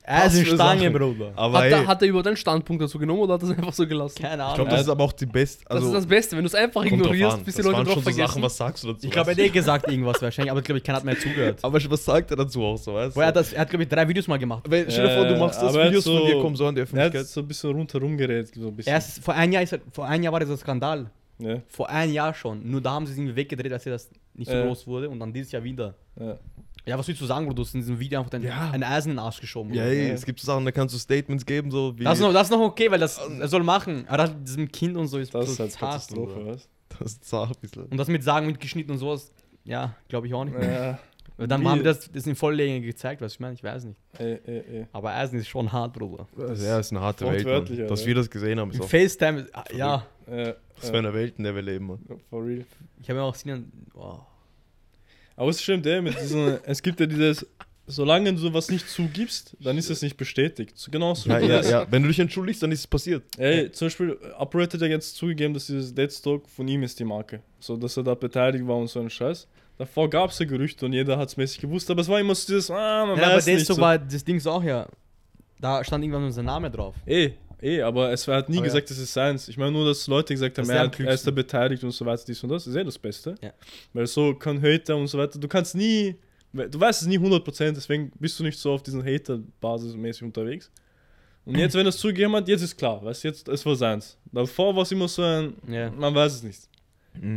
Eisenstange, Sachen. Bruder. Aber eh- Hat, ey, er, hat er überhaupt einen Standpunkt dazu genommen oder hat er es einfach so gelassen? Keine ich Ahnung. glaube, das ist aber auch die beste. das Also, ist das Beste, wenn du es einfach kommt drauf ignorierst, an. bis die Das Leute waren drauf schon so vergessen. Sachen, was sagst du dazu? ich glaube, er weißt hat eh gesagt irgendwas wahrscheinlich, aber ich glaube, keiner hat mehr zugehört. du? aber was sagt er dazu auch so, weißt du? Boah, er hat, das- er hat glaube ich, drei Videos mal gemacht. Weil, stell dir vor, Äh, du machst das, aber er hat Videos so- von dir kommen so an die er hat Öffentlichkeit. so ein bisschen rundherum geredet. So ein bisschen. Erst vor ein Jahr, ist, er- vor ein Jahr war dieser Skandal. ja, Vor ein Jahr schon. Nur da haben sie es irgendwie weggedreht, als er das nicht so Äh. groß wurde. Und dann dieses Jahr wieder. ja. Ja, was willst du sagen, Bruder? Du hast in diesem Video einfach dein, Ja. ein Eisen in den Arsch geschoben. Ja, Bruder. ey, Ja. es gibt so Sachen, da kannst du Statements geben, so wie. Das, ist noch, das ist noch okay, weil das er soll machen. Aber das mit diesem Kind und so ist Das so ist halt zart, Katastrophe, Bruder. weißt das ist zart ein bisschen. Und das mit Sagen mit geschnitten und sowas, ja, glaube ich auch nicht. du? Ja, Weil dann Wie- haben wir das, das in Volllänge gezeigt, was ich meine, ich weiß nicht. ey, ey, ey. Aber Eisen ist schon hart, Bruder. Das ja, ist eine harte Welt. wortwörtlich, Mann. Alter. Dass wir das gesehen haben, ist Im auch. FaceTime, ist- ah, ja, Das Ja, wäre ja, eine Welt, in der wir leben. Mann. for real. ich habe ja auch Sinan, wow. Aber es stimmt, ey, mit diesen, es gibt ja dieses, solange du was nicht zugibst, dann ist es nicht bestätigt. So, Genau so. Ja, wie ja, das- ja. Wenn du dich entschuldigst, dann ist es passiert. Ey, zum Beispiel, Upright hat ja jetzt zugegeben, dass dieses Deadstock von ihm ist die Marke. So, dass er da beteiligt war und so ein Scheiß. Davor gab es ja Gerüchte und jeder hat es mäßig gewusst, aber es war immer so dieses, ah, man Ja, aber weiß das nicht. so So. war das Ding auch ja. Da stand irgendwann unser Name drauf. Ey, ey, Eh, aber es hat nie Aber ja. gesagt, das ist seins. Ich meine nur, dass Leute gesagt Das haben, ist er, am hat, er ist da klügsten. beteiligt und so weiter, dies und das. Ist eh das Beste. Ja. Weil so kann Hater und so weiter, du kannst nie, du weißt es nie 100%, deswegen bist du nicht so auf diesen Hater-Basis mäßig unterwegs. Und jetzt, wenn er es zugegeben hat, jetzt ist klar, weißt du, jetzt, es war seins. Davor war es immer so ein, Ja. man weiß es nicht.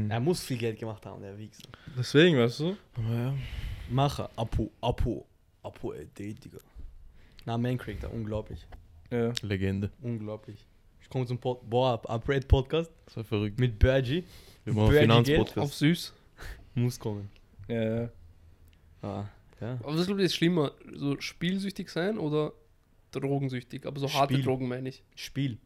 Er muss viel Geld gemacht haben, der Wichser. Deswegen, weißt du? Macher, Apo, Apo, Apo, LD, Digga. Na, Mancrack, da, unglaublich. Ja. Legende. Unglaublich. Ich komme zum Pod Boah, Upgrade Podcast Das war verrückt. mit Bergie. Wir machen Bergie Auf Finanzpodcast. süß. Muss kommen. ja, ja. Ah, ja. Aber was glaube ich ist schlimmer? So spielsüchtig sein oder drogensüchtig? Aber so harte Spiel. Drogen meine ich. Spiel.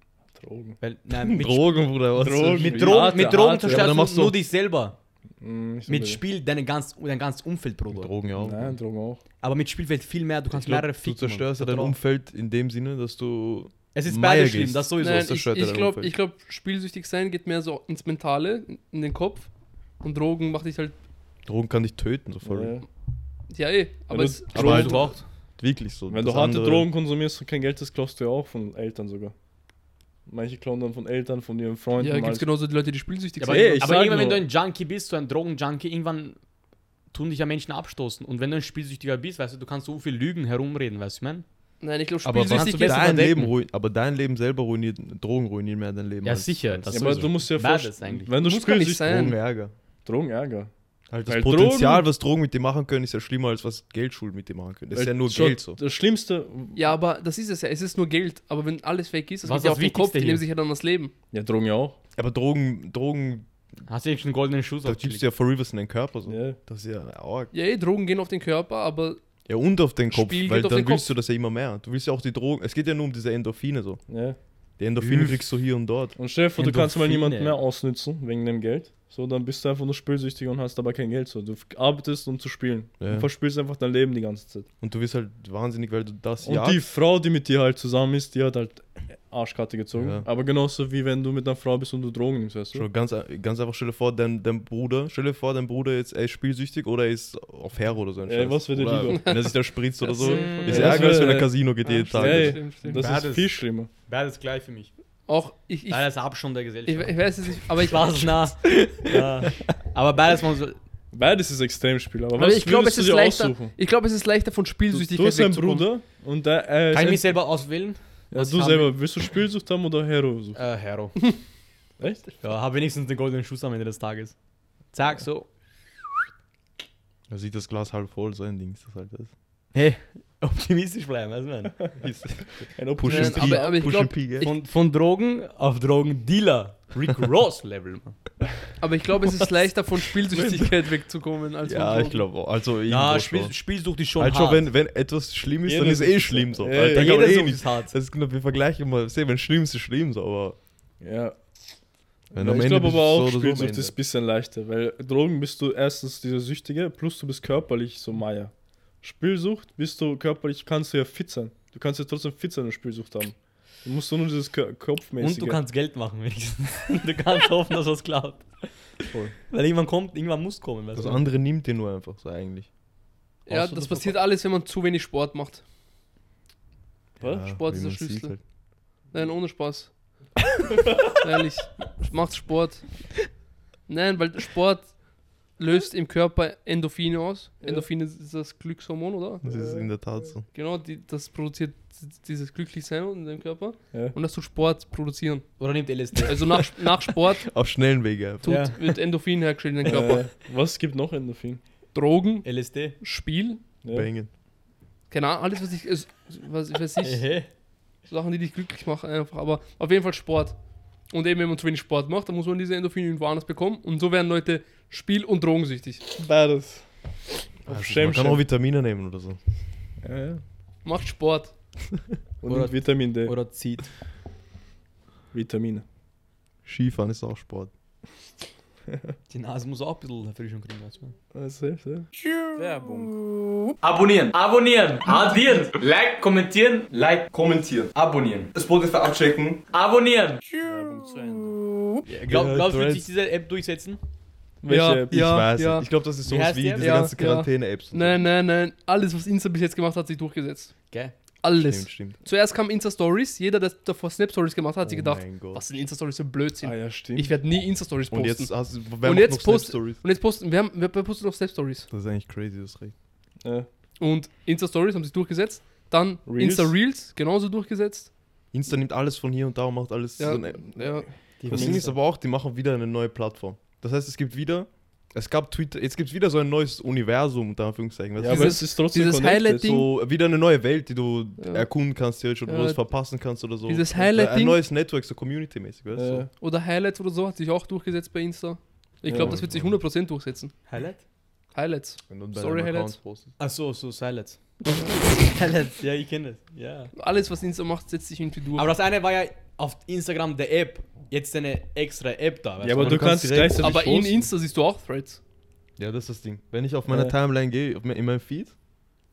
Drogen. Weil, nein, mit Drogen, Bruder. Was Drogen. Mit Ja, Drogen, harte, mit Drogen harte. Ja, aber dann zerstörst machst du du- nur dich selber. Hm, Mit nicht unbedingt. Spiel deine ganz, dein ganz Umfeld, Bruder. Drogen, ja. Nein, Drogen auch. Aber mit Spiel fällt viel mehr, du kannst Ich glaub, mehrere du ficken. Mann. zerstörst ja Da dein drauf. Umfeld in dem Sinne, dass du. Es ist Meier beides schlimm, gehst. das sowieso. Nein, ist das ich Shirt, ich der glaube, rumfällt. ich glaub, spielsüchtig sein geht mehr so ins Mentale, in den Kopf. Und Drogen macht dich halt, Drogen kann dich töten, so voll. Ja. ja eh, aber du- es, Aber halt- braucht. Wirklich so. Wenn Das du harte andere- Drogen konsumierst und kein Geld hast, klaust du ja auch von Eltern sogar. Manche klauen dann von Eltern, von ihren Freunden. ja, gibt es alles. genauso die Leute, die spielsüchtig Aber, eh. sind. Ey, ich aber sag irgendwann, wenn du nur- ein Junkie bist, so ein Drogenjunkie, irgendwann tun dich ja Menschen abstoßen. Und wenn du ein Spielsüchtiger bist, weißt du, du kannst so viel Lügen herumreden, weißt du, ich meine? Nein, ich glaube, Aber was- spielsüchtig Kannst du ist. besser Dein verdecken. Leben ruiniert, aber dein Leben selber ruiniert, Drogen ruinieren mehr dein Leben. Ja, als- sicher, als das Ja, ist aber sowieso. du musst ja Beides vorstellen, eigentlich. wenn du Muss gar nicht spielsüchtig sein. Drogenärger. Drogenärger. Halt das Weil Potenzial, Drogen- was Drogen mit dir machen können, ist ja schlimmer, als was Geldschulden mit dir machen können. Das ist Weil ja nur schon Geld so. Das Schlimmste, Ja, aber das ist es ja. Es ist nur Geld. Aber wenn alles weg ist, das Was macht ja das auf den Kopf, Wichtigste die hier? nehmen sich ja dann das Leben. ja, Drogen ja auch. Aber Drogen, Drogen, Hast du jetzt schon einen goldenen Schuss da gibst du ja for Rivers in den Körper so. Ja. Das ist ja arg. Ja, eh, Drogen gehen auf den Körper, aber Ja, und auf den Kopf, Spiel weil geht auf dann den willst Kopf. du das ja immer mehr. Du willst ja auch die Drogen, es geht ja nur um diese Endorphine so. Ja. Die Endorphine Üff. kriegst du hier und dort. Und Chef, du kannst mal Endorphine. niemanden mehr ausnützen wegen dem Geld. So, dann bist du einfach nur spielsüchtig und hast aber kein Geld. So, du arbeitest, um zu spielen. Ja. Du verspielst einfach dein Leben die ganze Zeit. Und du wirst halt wahnsinnig, weil du das Und ja. die Frau, die mit dir halt zusammen ist, die hat halt Arschkarte gezogen. Ja. Aber genauso wie wenn du mit einer Frau bist und du Drogen nimmst, weißt du? Schon ganz, ganz einfach, stell dir vor, dein, dein Bruder, stell dir vor, dein Bruder ist, er ist spielsüchtig oder er ist auf Hero oder so. ein Ey, Scheiß. was wird dir Oder lieber? Wenn er sich da spritzt oder so, Ja, Also, ist das ärger, als wär- wenn er Casino geht jeden Tag. Ey, stimmt, stimmt. das Beides. ist viel schlimmer. Beides gleich für mich. auch ich, ich, Beides ab schon der ich, Gesellschaft. ich weiß es nicht, aber ich, Spaß, na. ja. Aber beides muss. Beides ist Extremspiel, aber, aber was ich glaube, es würdest ist du dir leichter. aussuchen? Ich glaube, es ist leichter von Du, Spielsüchtigkeit du hast einen wegzukommen. Bruder und der, äh, Kann ich mich ist ein, selber auswählen? ja, was du haben selber, willst du Spielsucht haben oder Hero? suchen? Äh, Hero. Echt? Ja, hab wenigstens den goldenen Schuss am Ende des Tages. Zack, so. Da sieht das Glas halb voll, so ein Ding ist das halt. Das. Hey, optimistisch bleiben, weißt du, man. Ein Opfer. Push Nein, and P, aber- aber ich Push glaub, and P, gell? Von, von Drogen auf Drogendealer. Rick Ross Level, man. Aber ich glaube, es ist leichter von Spielsüchtigkeit wegzukommen als Ja, von ich glaube, also Ja, irgendwo Spiel, schon. Spielsucht ist schon halt hart. schon, wenn, wenn etwas schlimm ist, dann Jeder ist eh ist- schlimm so. Ja, Halt, ja. da kann man Jeder eh Sucht nicht- ist hart. Das ist, genau, wir vergleichen immer, sehen, wenn schlimm ist, ist schlimm so, aber Ja. wenn ich glaube bist du aber auch, so oder so am Spielsucht Ende. ist ein bisschen leichter, weil Drogen bist du erstens dieser Süchtige, plus du bist körperlich so Meier. Spielsucht bist du körperlich, kannst du ja fit sein. Du kannst ja trotzdem fit sein und Spielsucht haben. Du musst nur dieses Kö- Kopfmäßige. Und du kannst Geld machen, wenigstens. Du kannst hoffen, dass was klappt. Voll. Weil irgendwann kommt, irgendwann muss kommen, weißt Das du. andere nimmt dir nur einfach so eigentlich. Ja, Brauchst du das das passiert alles, wenn man zu wenig Sport macht. Was? Sport wie ist der man sieht Schlüssel. halt. Nein, ohne Spaß. Ehrlich, macht Sport. Nein, weil Sport löst im Körper Endorphine aus. Endorphine ist das Glückshormon, oder? Das ist in der Tat so. Genau, die, das produziert dieses Glücklichsein in deinem Körper. Ja. Und das tut Sport produzieren. Oder nimmt LSD. Also nach, nach Sport Auf schnellen Wege einfach. tut, Ja. wird Endorphin hergestellt in den Körper. äh, was gibt noch Endorphin? Drogen, LSD. Spiel, Ja. Bängen. keine Ahnung, alles, was ich, es- was, was ich Ehe. Sachen, die dich glücklich machen einfach. Aber auf jeden Fall Sport. Und eben, wenn man zu wenig Sport macht, dann muss man diese Endorphine irgendwo anders bekommen. Und so werden Leute spiel- und drogensüchtig. Beides. Also, Schem, man kann Schem. auch Vitamine nehmen oder so. Ja, ja. Macht Sport. Und Oder- mit Vitamin D. Oder zieht. Vitamine. Skifahren ist auch Sport. Die Nase muss auch ein bisschen Erfrischung kriegen, weißt du. Abonnieren. Abonnieren. Addieren. Like, kommentieren. Like, kommentieren. Abonnieren. Spotify abchecken. Abonnieren. Glaub, Ja, glaubst du, wird Threads. sich diese App durchsetzen? Welche Ja, App? Ich ja. weiß nicht. Ich glaube, das ist Wie sowas heißt wie die App? diese Ja, ganzen ja. Quarantäne-Apps. und Nein, nein, nein. Alles, was Insta bis jetzt gemacht hat, hat sich durchgesetzt. Gell? so. Alles. Stimmt, stimmt. Zuerst kamen Insta-Stories. Jeder, der davor Snap-Stories gemacht hat, hat sich Oh gedacht, mein Gott. was sind Insta-Stories für ein Blödsinn? Ah ja, stimmt. Ich werde nie Insta-Stories posten. Und jetzt hast du, wer Und macht jetzt noch post- Snap-Stories? Und jetzt posten, wir, haben, wir wir posten noch Snap-Stories. Das ist eigentlich crazy, das recht. ja. Und Insta-Stories haben sich durchgesetzt. Dann Reels. Insta-Reels, genauso durchgesetzt. Insta nimmt alles von hier und da und macht alles. Ja, so eine- ja. das Ding ist aber auch, die machen wieder eine neue Plattform. Das heißt, es gibt wieder, es gab Twitter, jetzt gibt es wieder so ein neues Universum, unter Anführungszeichen. weißt Ja, du? aber Dieses- es ist trotzdem dieses connected. Highlight-Ding- so wieder eine neue Welt, die du Ja. erkunden kannst, theoretisch, oder wo Ja, du es verpassen kannst oder so. dieses Ja, Ein Highlight-Ding. neues Network, so community-mäßig, weißt du? Äh, Oder Highlights oder so hat sich auch durchgesetzt bei Insta. Ich glaube, Ja. das wird sich 100% durchsetzen. Highlight? Highlights. Wenn du bei Story deinem Account Highlights. postest. Achso, so Silence. Silence, ja, ich kenne das. Ja. Alles, was Insta macht, setzt sich irgendwie durch. Aber das eine war ja auf Instagram der App. Jetzt eine extra App da. weißt ja, aber du du kannst kannst direkt- gleichzeitig Aber in posten. Insta siehst du auch Threads. Ja, das ist das Ding. Wenn ich auf meine Äh. Timeline gehe, auf mein, in meinem Feed,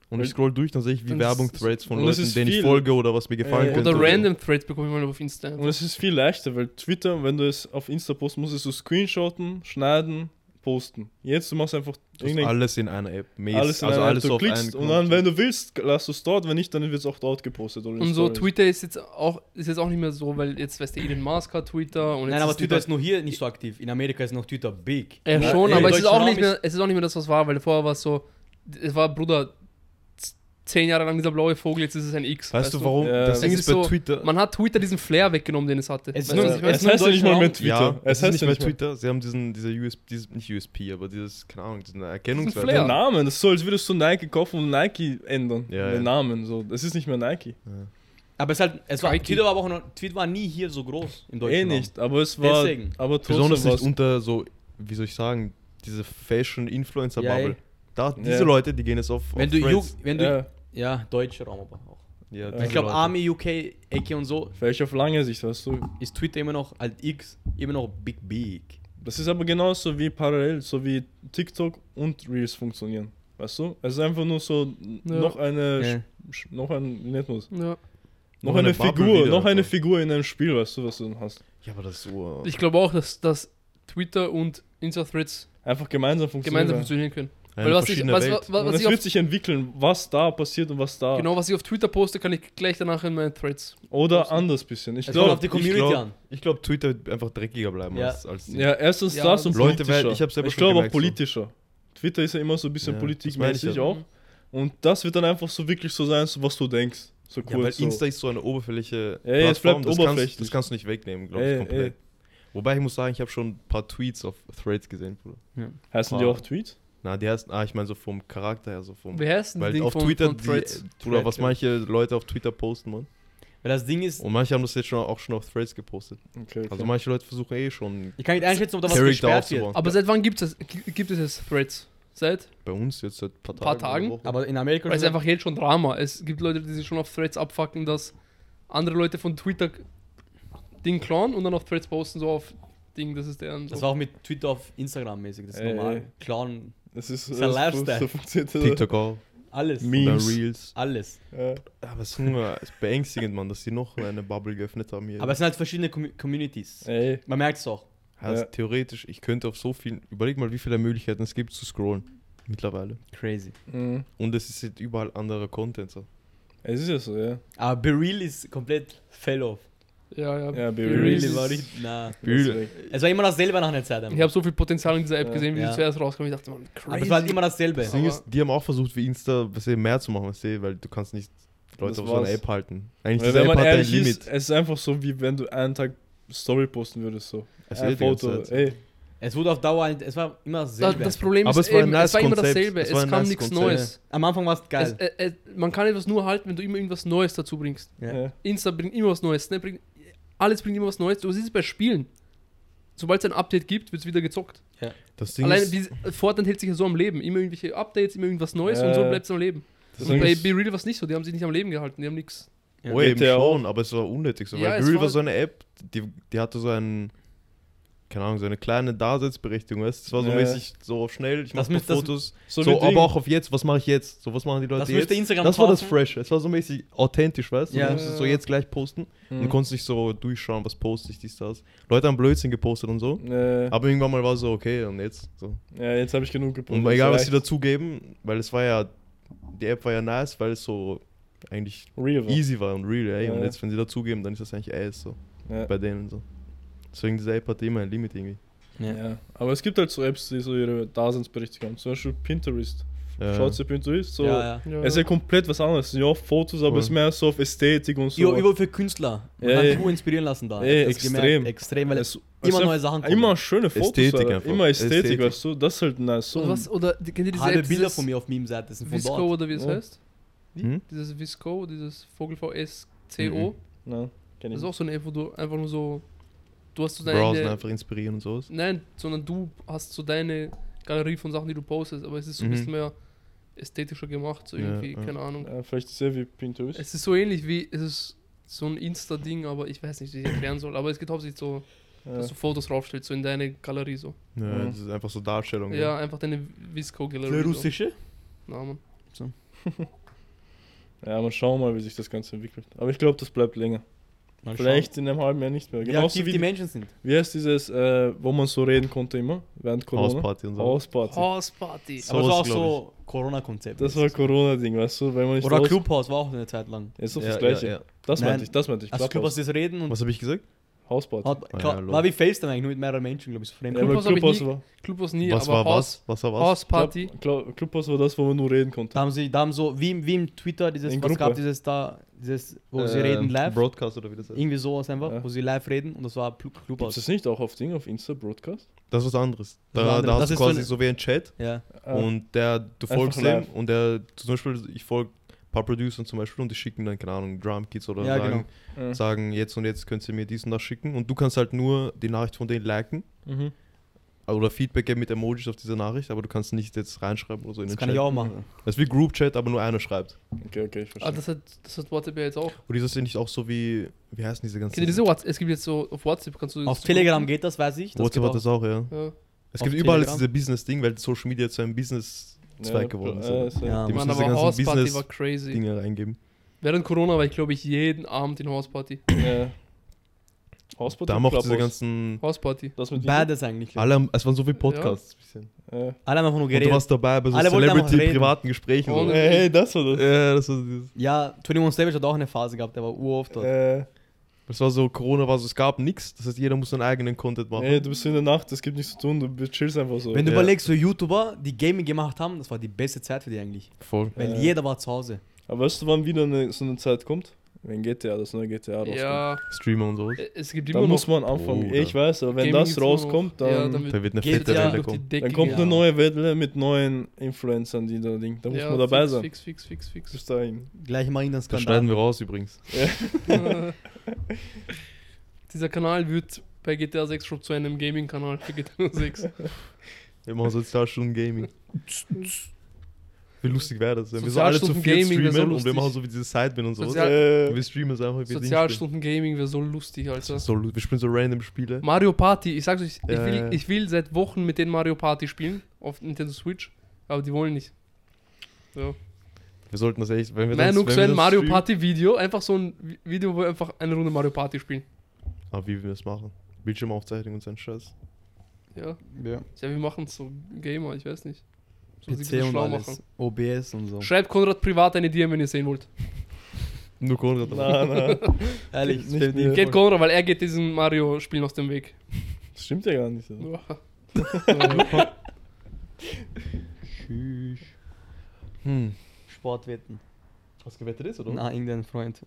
und ich Und- scroll durch, dann sehe ich wie und Werbung, es ist- Threads von und es Leuten, ist denen ich viel. folge oder was mir gefallen Äh, könnte. Oder random Threads bekomme ich mal auf Insta. Und es ist viel leichter, weil Twitter, wenn du es auf Insta posten musst, ist so screenshotten, schneiden, posten. Jetzt du machst einfach Das ist irgendein- alles in einer App. Mäß, alles in also einer App, alles du auf einen klickst und Knopf. dann, wenn du willst, lass du es dort, wenn nicht, dann wird es auch dort gepostet. Oder in Und so Stories. Twitter ist jetzt auch ist jetzt auch nicht mehr so, weil jetzt weißt du, Elon Musk hat Twitter und jetzt Nein, aber ist Twitter ist nur hier nicht so aktiv. In Amerika ist noch Twitter big. Äh, Ja, schon, im aber es ist, deutschen auch nicht Raum mehr, es ist auch nicht mehr das, was war, weil vorher war es so, es war, Bruder, z- zehn Jahre lang dieser blaue Vogel, jetzt ist es ein X. Weißt du warum? Ja. Das Ding Es ist ist bei so- Twitter. Man hat Twitter diesen Flair weggenommen, den es hatte. Es ist Weißt nur- du, was ich meine? Es heißt ja nicht mal mehr Twitter. Ja, es es ist heißt nicht ja mehr nicht mehr Twitter. Sie haben diesen, dieser USP, dieses, nicht USP, aber dieses, keine Ahnung, diesen Erkennungswert. Flair. Der Name, das ist so, als würdest du Nike kaufen und Nike ändern. Ja, Den ja. Namen, so. Das ist nicht mehr Nike. Aber es ist halt, es war, Crikey. Twitter war aber auch noch, Twitter war nie hier so groß in Eh Deutschland. nicht, aber es war. Deswegen. Aber trotzdem Besonders war nicht es. unter so, wie soll ich sagen, diese Fashion-Influencer-Bubble. Ja, ey. da, diese Ja. Leute, die gehen jetzt auf. Wenn auf du, Ju- Threads. wenn du, ja. Ja, deutscher Raum aber auch. Ja, Ich diese glaube, Leute. Army, UK, Ecke und so, vielleicht auf lange Sicht, weißt du. ist Twitter immer noch, als X, immer noch big, big. Das ist aber genauso wie parallel, so wie TikTok und Reels funktionieren. Weißt du? Es ist einfach nur so n- Ja. noch eine, Ja. Sch- sch- noch ein, wie nennt man's? Ja. Noch, eine, Bubble Figur, wieder noch eine davon. Figur in einem Spiel, weißt du, was du dann hast. Ja, aber das ist so. Ich glaube auch, dass, dass Twitter und Insta-Threads Einfach gemeinsam funktionieren. gemeinsam funktionieren können. eine Weil was ich, verschiedene was, Welt. was, was, und es ich auf, wird sich entwickeln, was da passiert und was da. genau, was ich auf Twitter poste, kann ich gleich danach in meinen Threads. Oder anders bisschen. Ich Es kommt glaube. auf die ich Community glaub- an. Ich glaube, Twitter wird einfach dreckiger bleiben Ja. als, als die- Ja, erstens Ja, das und Leute, politischer. weil ich hab's selber ich schon glaube auch gemerkt, so. politischer. Twitter ist ja immer so ein bisschen Ja, das politikmäßig meine auch. Und das wird dann einfach so wirklich so sein, so was du denkst. So Ja, weil kurz. so. Insta ist so eine oberflächliche Ey, es bleibt das, oberflächlich. Kannst, das kannst du nicht wegnehmen, glaube Ey, ich, komplett. Wobei ich muss sagen, ich habe schon ein paar Tweets auf Threads gesehen, Bruder. Heißen die Ah. auch Tweets? Na, die ersten, ah, ich meine so vom Charakter her, so vom. Wie heißt denn das Weil Ding auf von, Twitter, von die, Threads? Bruder, was Thread, ja. manche Leute auf Twitter posten, man. Weil das Ding ist, Und manche haben das jetzt schon auch schon auf Threads gepostet. Okay, okay. Also manche Leute versuchen eh schon ich kann nicht einschätzen, ob da was Character gesperrt wird. aufzubauen. Aber seit wann gibt es gibt es jetzt Threads? Seit? bei uns jetzt seit ein paar, Paar Tagen. oder Tagen? Wochen. Aber in Amerika Weil es ist einfach jetzt schon Drama. Es gibt Leute, die sich schon auf Threads abfacken, dass andere Leute von Twitter Ding klauen und dann auf Threads posten, so auf Ding, das ist deren. So. Das war auch mit Twitter auf Instagram mäßig, das ist Ey, normal. ey. Clown, Das ist, Ist ein das- Lifestyle. so funktioniert das. TikTok auch. alles. Me- Oder Memes. Reels. Alles. Ja. Aber es ist, nur, es ist beängstigend, man, dass die noch eine Bubble geöffnet haben hier. Aber es sind halt verschiedene Com Communities. Ey, Man merkt es auch. heißt, ja. Also theoretisch, ich könnte auf so vielen. Überleg mal, wie viele Möglichkeiten es gibt zu scrollen. Mittlerweile. Crazy. mhm. Und es ist jetzt überall anderer Content. So. es ist ja so, ja. Aber Bereal ist komplett fell off. ja, ja. Ja, Be Be Real Bereal ist- war nicht. Na. Deswegen. Es war immer dasselbe nach einer Zeit. Ich habe so viel Potenzial in dieser App Ja. gesehen, wie Ja. sie zuerst rauskam. Ich dachte, man, crazy. aber es war halt immer dasselbe. Das Ding ist, Aber- die haben auch versucht, wie Insta was eh, mehr zu machen, was eh, weil du kannst nicht Leute Das auf so eine war's. App halten. Eigentlich Weil diese wenn App man hat ein ehrlich Limit. ist, äh, es ist einfach so, wie wenn du einen Tag Story posten würdest, so. Es ein wird die ganze Foto, Zeit. ey. Es wurde auf Dauer, ein- es war immer Da- dasselbe. das Problem ist, Aber es war ein eben, nice es war immer Konzept. dasselbe. Es Es, war ein kam nice nichts Konzept. Neues. Am Anfang war es Es, geil. äh, äh, man kann etwas nur halten, wenn du immer irgendwas Neues dazu bringst. Ja. Ja. Insta bringt immer was Neues, Snap bringt, alles bringt immer was Neues. Du siehst es bei Spielen. Sobald es ein Update gibt, wird es wieder gezockt. Das Ding Allein ist, wie, äh, Fortnite hält sich ja so am Leben. Immer irgendwelche Updates, immer irgendwas Neues und so Äh, bleibt es am Leben. Und Deswegen bei ist, Be Real war es nicht so, die haben sich nicht am Leben gehalten, die haben nichts. Ja. oh, eben Geht ja schon, aber es war unnötig so, Ja, weil es Grill war- war so eine App, die, die hatte so einen, keine Ahnung, so eine kleine Daseinsberechtigung, weißt du? Es war so Ja. mäßig so auf schnell, ich Das mach ein paar müsst- das- Fotos, so, so, wie Ding. aber auch auf jetzt, was mache ich jetzt? So, was machen die Leute Das jetzt? müsste Instagram das war das kaufen. Fresh, es war so mäßig authentisch, weißt du? Ja. Du musstest so jetzt gleich posten Mhm. und konntest nicht so durchschauen, was poste ich, dies, das. Leute haben Blödsinn gepostet und so. Äh, Aber irgendwann mal war so, okay, und jetzt? So. ja, jetzt habe ich genug gepostet. Und egal, was Reicht. sie dazugeben, weil es war ja, die App war ja nice, weil es so eigentlich Real war. easy war und real, ey. Und Ja. jetzt, wenn sie dazugeben, dann ist das eigentlich ass so. Ja. Bei denen so. Deswegen, diese App hat immer ein Limit irgendwie. Ja. Aber es gibt halt so Apps, die so ihre Daseinsberechtigung haben. Zum Beispiel Pinterest. Ja. Schaut ihr durch? So. Ja, ja. Ja. Es ist ja komplett was anderes. Ja, Fotos, aber Voll. es ist mehr so auf Ästhetik und so. Über, über für Künstler. Man Ja, kann ja. sich nur inspirieren lassen da. Ey, Das ist gemerkt. extrem. Extrem, weil es Es- immer es- neue Sachen kommen. Immer schöne Fotos. Ästhetik Alter. einfach. Immer Ästhetik, Ästhetik. weißt du? Das ist halt nice. So. Also Oder was? Oder die- kennt ihr diese halbe App, Bilder dieses von mir auf Meme-Seiten sind von Visco dort. oder wie es Oh. heißt? Hm? Dieses Visco, dieses Vogel VSCO. Nein, Das kenn ist ich also- nicht. auch so eine App, wo du einfach nur so. Du hast so deine. Browsen einfach inspirieren und sowas. Nein, sondern du hast so deine Galerie von Sachen, die du postest, aber es ist so ein Mhm. bisschen mehr ästhetischer gemacht, so Ja, irgendwie, ja. keine Ahnung. Ja, vielleicht ist es ja wie Pinterest. Es ist so ähnlich wie, es ist so ein Insta-Ding, aber ich weiß nicht, wie ich es erklären soll, aber es geht hauptsächlich so, ja. dass also- du Fotos draufstellst, so in deine Galerie so. Ja, Ja. Das ist einfach so Darstellung. Ja, einfach deine Visco-Galerie. So. russische? Na, Mann. ja, mal schauen mal, wie sich das Ganze entwickelt. Aber ich glaube, das bleibt länger. Man Vielleicht in einem halben Jahr nicht mehr. schaut, Wie aktiv Genauso die wie, Menschen sind. wie heißt dieses, äh, wo man so reden konnte immer, während Corona? Hausparty und so. Hausparty. Hausparty. So Aber es war auch was, glaub so Corona-Konzept. Das war Corona-Ding, weißt du, weil man nicht Oder raus- Clubhaus war auch eine Zeit lang. Ist doch Ja, das Gleiche. ja, ja. Das Nein. meinte ich, das meinte ich. Also Clubhaus, Clubhouse. das Reden und Was habe ich gesagt? Hausparty. hat, Ah, klar, ja, lol. war wie FaceTime eigentlich, nur mit mehreren Menschen, glaube ich, so fremd. Ja, aber Clubhouse hab ich Clubhouse nie- war, Clubhaus nie, was aber war Haus, was? Was war was? Hausparty. Club, Clubhouse war das, wo man nur reden konnte. Da haben sie, da haben so, wie, im- wie im Twitter, dieses, In was Gruppe. gab dieses da, dieses, wo sie Äh, reden live. Hm. Broadcast oder wie das heißt. Irgendwie sowas einfach, Ja. wo sie live reden und das war Pl- Gibt's Clubhaus. das nicht auch auf Ding, auf Insta Broadcast? Das ist was anderes. Das Da, war da anderes. hast Das du ist so quasi eine- so wie ein Chat Ja. Ah, und der, du Einfach folgst dem live. und der, zum Beispiel, ich folge ein paar Producern zum Beispiel und die schicken dann, keine Ahnung, Drumkits oder Ja, genau. sagen, äh. sagen, jetzt und jetzt könnt ihr mir dies und das schicken und du kannst halt nur die Nachricht von denen liken Mhm. oder Feedback geben mit Emojis auf diese Nachricht, aber du kannst nicht jetzt reinschreiben oder so in Das den kann Chat. ich auch machen. Das ist wie Group-Chat, aber nur einer schreibt. Okay, okay, ich Ah, verstehe. das hat, das hat WhatsApp ja jetzt auch. Und ist das nicht auch so wie, wie heißen diese ganzen... Kennt ihr diese WhatsApp? Es gibt jetzt so, auf WhatsApp kannst du... Auf zugreifen. Telegram geht das, weiß ich. Das WhatsApp geht hat das auch, ja. Ja. Es Auf gibt überall jetzt Telegram? diese Business-Ding, weil Social Media zu einem Business-Zweig geworden ist. Ja, Ah, ist ja. Ja. Die Mann, müssen diese aber ganzen Hausparty war crazy. Business-Dinge reingeben. Während Corona war ich, glaube ich, jeden Abend in Hausparty. Äh, Hausparty Da haben und auch diese Clubhouse. ganzen... Hausparty. Das mit Bad. Beides eigentlich. Alle, haben- es waren so viele Podcasts. Äh, Alle haben einfach nur Und du geredet. warst dabei bei so Alle wollten einfach reden. Celebrity-privaten Gesprächen. Ohne- so. hey, das war das. Ja, das war, dieses- Ja, 21 Savage hat auch eine Phase gehabt, der war uroft dort. Äh, das war so, Corona war so, es gab nichts. Das heißt, jeder muss seinen eigenen Content machen. ey, du bist in der Nacht, es gibt nichts zu tun, du chillst einfach so. Wenn du Ja. überlegst, so YouTuber, die Gaming gemacht haben, das war die beste Zeit für die eigentlich. Voll. Weil Äh. jeder war zu Hause. Aber weißt du, wann wieder eine, so eine Zeit kommt? Wenn GTA, das neue GTA rauskommt. Ja, e, Streamer und sowas. es gibt immer Dann noch... muss man anfangen. Bruder. Ich weiß, aber wenn Gaming das gibt's immer noch. rauskommt, dann, Ja, dann, wird- Da wird eine geht fette ja Welle durch die kommen. Decke kommt ja. eine neue Welle mit neuen Influencern, die da Ding. Da gehen. muss Ja, man dabei fix, sein. Fix, fix, fix, fix. Bis dahin. Gleich mal in den Das schneiden Skandal. wir raus übrigens. Dieser Kanal wird bei GTA 6 schon zu einem Gaming-Kanal für GTA 6. Wir machen so zwei Stunden Gaming. Wie lustig wäre das, wenn wir so alle zu Sozialstunden viert Gaming wär so streamen und wir lustig. machen so wie diese Sidemen und sowas. Sozial- Und Äh, wir streamen es einfach, wie wir Ding spielen. Sozialstunden Gaming wäre so lustig, Das ist Alter. So, lu- wir spielen so random Spiele. Mario Party, ich sag's euch, ich Ja, will, ja. ich will seit Wochen mit denen Mario Party spielen, auf Nintendo Switch, aber die wollen nicht. Ja. Wir sollten das echt, wenn wir Nein, nur wenn so wir ein das Mario streamen- Party Video, einfach so ein Vi- Video, wo wir einfach eine Runde Mario Party spielen. Ah, wie wir das machen. Bildschirmaufzeichnung und so ein Scheiß. Ja, Ja. ja wir machen so Gamer, ich weiß nicht. So sie ein PC bisschen und schlau alles. machen. OBS und so. Schreibt Konrad privat eine DM, wenn ihr sehen wollt. Nur Konrad. aber- na, na. Ehrlich, Nicht nicht mehr. mehr. Geht Konrad, weil er geht diesen Mario-Spielen aus dem Weg. Das stimmt ja gar nicht. oder? Hm. Sportwetten. Hast du gewettet jetzt, Na, irgendein Freund.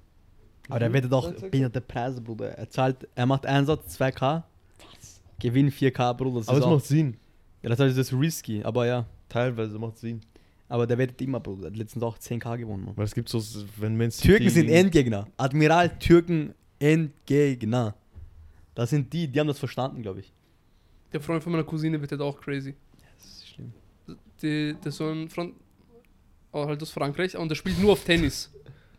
Aber der wettet auch behinderte Preise, Bruder. Er zahlt, er macht Einsatz 2K. Gewinn 4K, Bruder. Das Aber ist es auch, macht Sinn. ja, das heißt, das ist risky, aber ja. Teilweise macht Sinn. Aber der wettet immer, Bruder. Er hat letztens auch 10K gewonnen, Mann. Weil es gibt so, wenn Man City Türken sind Endgegner. Admiral Türken Endgegner. Das sind die, die haben das verstanden, glaube ich. Der Freund von meiner Cousine wird halt auch crazy. Das ist schlimm. Die, der ist so ein Freund, oh, halt aus Frankreich, und der spielt nur auf Tennis.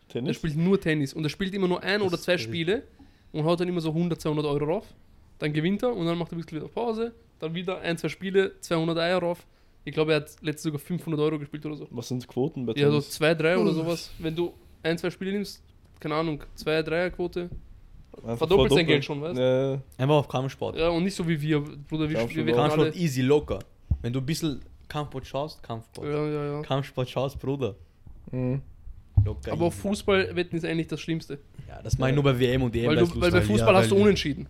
Er Tennis? spielt nur Tennis und er spielt immer nur ein Das oder ist zwei crazy. Spiele und haut dann immer so 100, 200 Euro rauf. Dann gewinnt er und dann macht er ein bisschen wieder Pause. Dann wieder ein, zwei Spiele, 200 Eier rauf. Ich glaube, er hat letztes sogar 500 Euro gespielt oder so. Was sind Quoten bei Ja, so Tennis? 2, 3 oder sowas. Wenn du ein, zwei Spiele nimmst, keine Ahnung, 2, 3er Quote, verdoppelt sein Einfach verdoppeln. Geld schon, weißt du? Ja, Einfach auf Kampfsport. Ja, und nicht so wie wir, Bruder, wir, Ja, wir schon werden alle. Kampfsport easy, locker. Wenn du ein bisschen Kampfsport schaust, Kampfsport. Ja, ja, ja. Kampfsport schaust, Bruder. Mhm. Locker. Aber auf easy. Fußballwetten ist eigentlich das Schlimmste. Ja, das meine ich nur bei WM und EM. Weil, das ist du, weil lustig. bei Fußball Ja, hast du weil- unentschieden.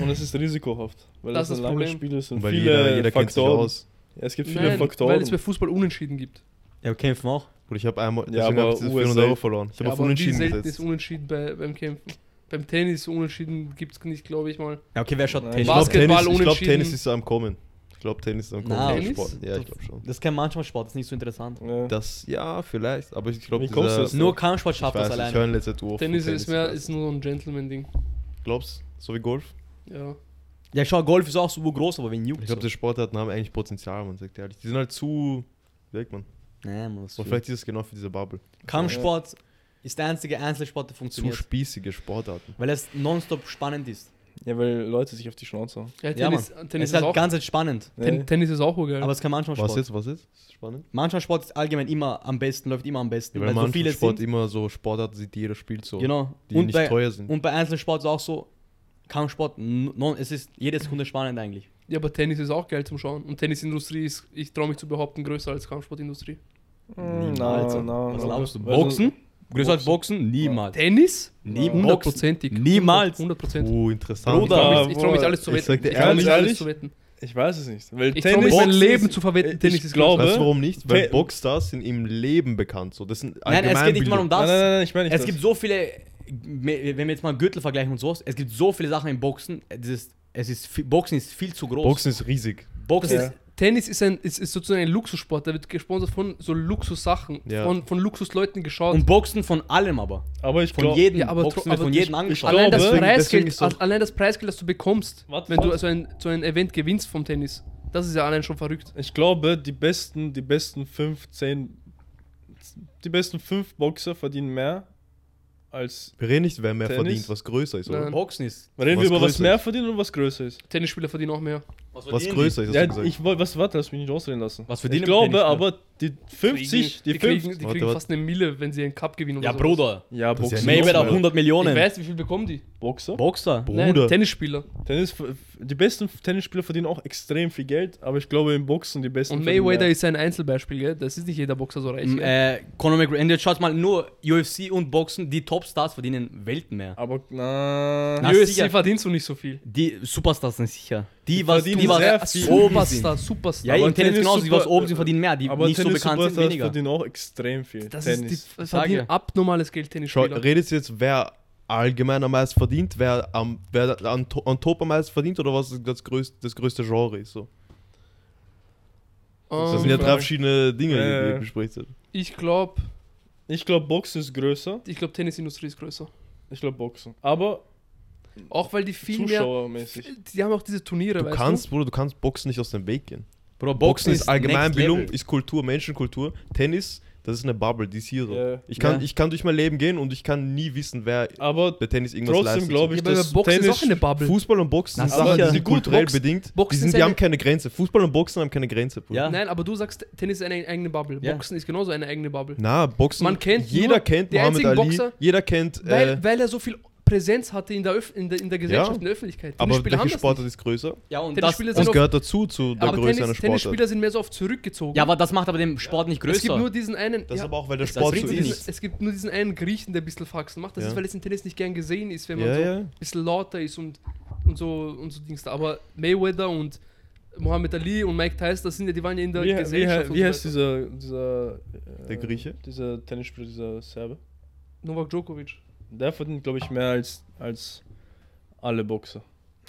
Und es ist risikohaft, weil Das das, ist ein das langes Problem. Spiel ist und Weil viele jeder, jeder kennt sich Faktoren. aus. Ja, es gibt viele Nein, weil Faktoren. es bei Fußball Unentschieden gibt. Ja, aber kämpfen auch. Bruder, ich habe einmal, Ja, deswegen aber habe ich diese USA 400 Euro verloren. Ich habe Ja, auf aber wie Unentschieden selten gesetzt. ist Unentschieden bei, beim Kämpfen? Beim Tennis Unentschieden gibt es nicht, glaube ich mal. Ja, okay, wer schaut Nein. Tennis? Ich glaube, Basketball Tennis, ich glaub, unentschieden. Tennis ist am Kommen. Ich glaube, Tennis ist am Kommen. Na, als Tennis? Sport. Ja, ich glaube schon. Das ist kein Mannschaftssport, das ist nicht so interessant. Ja. Das, ja, vielleicht, aber ich glaube, Wie kommst du das? Nur Kampfsport schafft ich weiß, das ich höre alleine. in letzter Zeit auf. Tennis, ist mehr ist nur so ein Gentleman-Ding. Glaubst du? So wie Golf? Ja. Ja, schau, Golf ist auch super groß, aber wen Ich juckt glaube, so? diese Sportarten haben eigentlich Potenzial, man sagt ehrlich. Die sind halt zu, wie sagt man. Nee, man, das Und vielleicht ist es genau für diese Bubble. Kampfsport ist der einzige Einzelsport, der Zu funktioniert. spießige Sportarten. Weil es nonstop spannend ist. ja, weil Leute sich auf die Schnauze hauen. ja Ja, Tennis, Tennis, es ist ist halt auch, ganz halt spannend. Ten, Tennis ist auch geil. Aber es ist kein Was Mannschaftssport. jetzt, was jetzt? Ist Spannend. Mannschaftssport ist allgemein immer am besten, läuft immer am besten. Ja, weil weil so viele man Sport sind. immer so Sportarten sieht, die jeder spielt so. Genau. Die Und nicht bei, teuer sind. und bei Einzelsport ist auch so, Kampfsport, n- non, es ist jede Sekunde spannend eigentlich. ja, aber Tennis ist auch geil zum Schauen. Und Tennisindustrie ist, ich traue mich zu behaupten, größer als Kampfsportindustrie. Hm, Niemals. Na, na, Was na. glaubst du? Also, Boxen? Größer als Boxen? Niemals. Tennis? Nie- Hundertprozentig. Niemals. Hundertprozentig. Oh, interessant. Ich trau Bruder. mich, ich trau mich Jawohl. alles zu Ich wetten. sag dir trau mich ehrlich, alles zu wetten. Ich weiß es nicht. Weil Ich trau Tennis mich mein Boxen Leben ist- zu verwetten. ich Tennis ist glaube- Weißt du, warum nicht? Weil Fe- Boxstars sind im Leben bekannt. So. Das sind Nein, es geht nicht mal um das. Nein, nein, nein, ich meine nicht Es das. gibt so viele, wenn wir jetzt mal Gürtel vergleichen und sowas, es gibt so viele Sachen im Boxen. Dieses, es ist, viel- Boxen ist viel zu groß. Boxen ist riesig. Boxen Ja. ist, Tennis ist, ein, ist, ist sozusagen ein Luxussport, der wird gesponsert von so Luxussachen, Ja. von, von Luxusleuten geschaut. und Boxen von allem aber. aber ich Von glaube... jedem. Ja, aber tro- Boxen wird aber von ich- jedem ich angeschaut. Allein das, Deswegen- deswegen Preisgeld, ist das- allein das Preisgeld, das du bekommst, What wenn du fuck? so ein, so ein Event gewinnst vom Tennis, das ist ja allein schon verrückt. Ich glaube, die besten, die besten 5, 10, die besten 5 Boxer verdienen mehr als. Wir reden nicht, wer mehr Tennis? verdient, was größer ist, oder? Nein. Boxen ist. Reden Was wir über was größer mehr ist. verdienen oder was größer ist? Tennisspieler verdienen auch mehr. Was größer ist, hast Ja, du gesagt. ich wollte, was, warte, lass mich nicht ausreden lassen. Was verdienen ich Tennisspieler? glaube aber, die 50, die, die kriegen, 50. die Warte, kriegen warte. fast eine Mille, wenn sie einen Cup gewinnen. Ja, sowas. Bruder. Ja, Das ist ja Boxer. nicht- Mayweather Boxen- 100 Millionen. Ich weiß, wie viel bekommen die? Boxer. Boxer. Nein, Bruder, Tennisspieler. Tennis, die besten Tennisspieler verdienen auch extrem viel Geld, aber ich glaube, im Boxen die besten. Und verdienen Mayweather mehr. ist ein Einzelbeispiel, gell? Das ist nicht jeder Boxer so reich. M, gell? Äh, Conor McGregor. Und jetzt schaut mal, nur UFC und Boxen, die Topstars verdienen Welten mehr. Aber, na. Na, UFC sicher. verdienst du nicht so viel. Die Superstars sind sicher. Die, Die was, verdienen die was sehr was viel. oben sind. Superstar, Superstar. Ja, Aber im Tennis Tennis genauso, die was super- oben sind, verdienen mehr. Die aber nicht so bekannt Tennis sind, Superstars weniger. verdienen auch extrem viel. das Tennis. ist die das Sag verdienen ja. abnormales Geld schau, Tennisspieler. redet jetzt, wer allgemein am meisten verdient, wer, am, wer an, to- an Top am meisten verdient oder was das größte, das größte Genre ist? So. Das Ähm, sind ja Frage. drei verschiedene Dinge, Oh, Ja, die ja. wir besprechen. sind. ich glaube, ich glaube, Boxen ist größer. ich glaube Tennisindustrie ist größer. Ich glaube, Boxen. Aber Auch weil die viel mehr zuschauermäßig. die haben auch diese Turniere, Du weißt kannst, Bruder, du kannst Boxen nicht aus dem Weg gehen. Bro, Boxen, ist allgemein next level. Bildung, ist Kultur, Menschenkultur. Tennis, das ist eine Bubble, die ist hier so. Ja. Ich, kann, Ja. ich kann durch mein Leben gehen und ich kann nie wissen, wer Aber bei Tennis irgendwas trotzdem leistet. glaube du? ich, Ja, aber dass Boxen Tennis ist auch eine Bubble. Fußball und Boxen Na, sind Sachen, sicher. die sind Gut, kulturell Boxen- bedingt. Boxen die, sind, ist die eine- haben keine Grenze. Fußball und Boxen haben keine Grenze. Bruder. Ja. Nein, aber du sagst, Tennis ist eine eigene Bubble. Ja. Boxen ist genauso eine eigene Bubble. Na, Boxen. Man kennt jeder nur kennt die Muhammad einzigen Ali, Boxer, jeder kennt. weil, Äh, weil er so viel Präsenz hatte in der, Öff in der, in der Gesellschaft, in der Öffentlichkeit. aber Tennisspieler welche haben das Sportart ist größer? Ja, und das, Tennisspieler Das sind oft, gehört dazu, zu der aber Größe Tennis, einer Sportart. Tennisspieler sind mehr so oft zurückgezogen. ja, aber das macht aber den Sport nicht größer. Es gibt nur diesen einen. Das ist ja, aber auch, weil der das Sport so bringt sie ist. nichts. es, es gibt nur diesen einen Griechen, der ein bisschen Faxen macht. Das Ja. ist, weil es im Tennis nicht gern gesehen ist, wenn man Ja, so ja. ein bisschen lauter ist und, und so und so Dings da. Aber Mayweather und Mohammed Ali und Mike Tyson, das sind ja, die waren ja in der Wie, he- wie, Gesellschaft. he- wie heißt und so weiter. dieser, dieser äh, Der Grieche? Dieser Tennisspieler, dieser Serbe. Novak Djokovic. Der verdient, glaube ich, mehr als, als alle Boxer.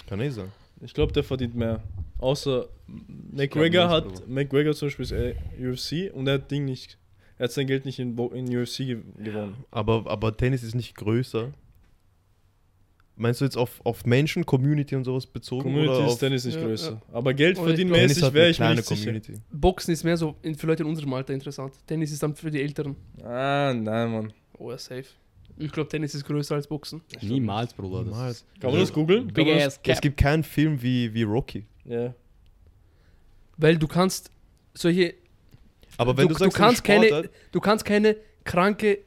Kann ich sagen. Ich glaube, der verdient mehr. Außer nicht, McGregor aber- hat McGregor zum Beispiel ist äh, UFC und er hat Ding nicht. Er hat sein Geld nicht in, Bo- in UFC ge gewonnen. Aber, aber Tennis ist nicht größer. Meinst du jetzt auf, auf Menschen, Community und sowas bezogen? Community oder ist auf Tennis nicht Ja, größer. Aber Geld Oh, ich verdienen glaub- mäßig wäre ich mir nicht Boxen ist mehr so in- für Leute in unserem Alter interessant. Tennis ist dann für die Älteren. sicher. Ah, nein, Mann. Oh ja, safe. Ich glaube, Tennis ist größer als Boxen. Niemals, Bruder. das- Niemals. Kann man das googeln? Kann Big man das- ass Es cap. gibt keinen Film wie, wie Rocky. Ja. Weil du kannst solche. Aber wenn du, du, sagst, du kannst eine keine, Sportart- du kannst keine kranke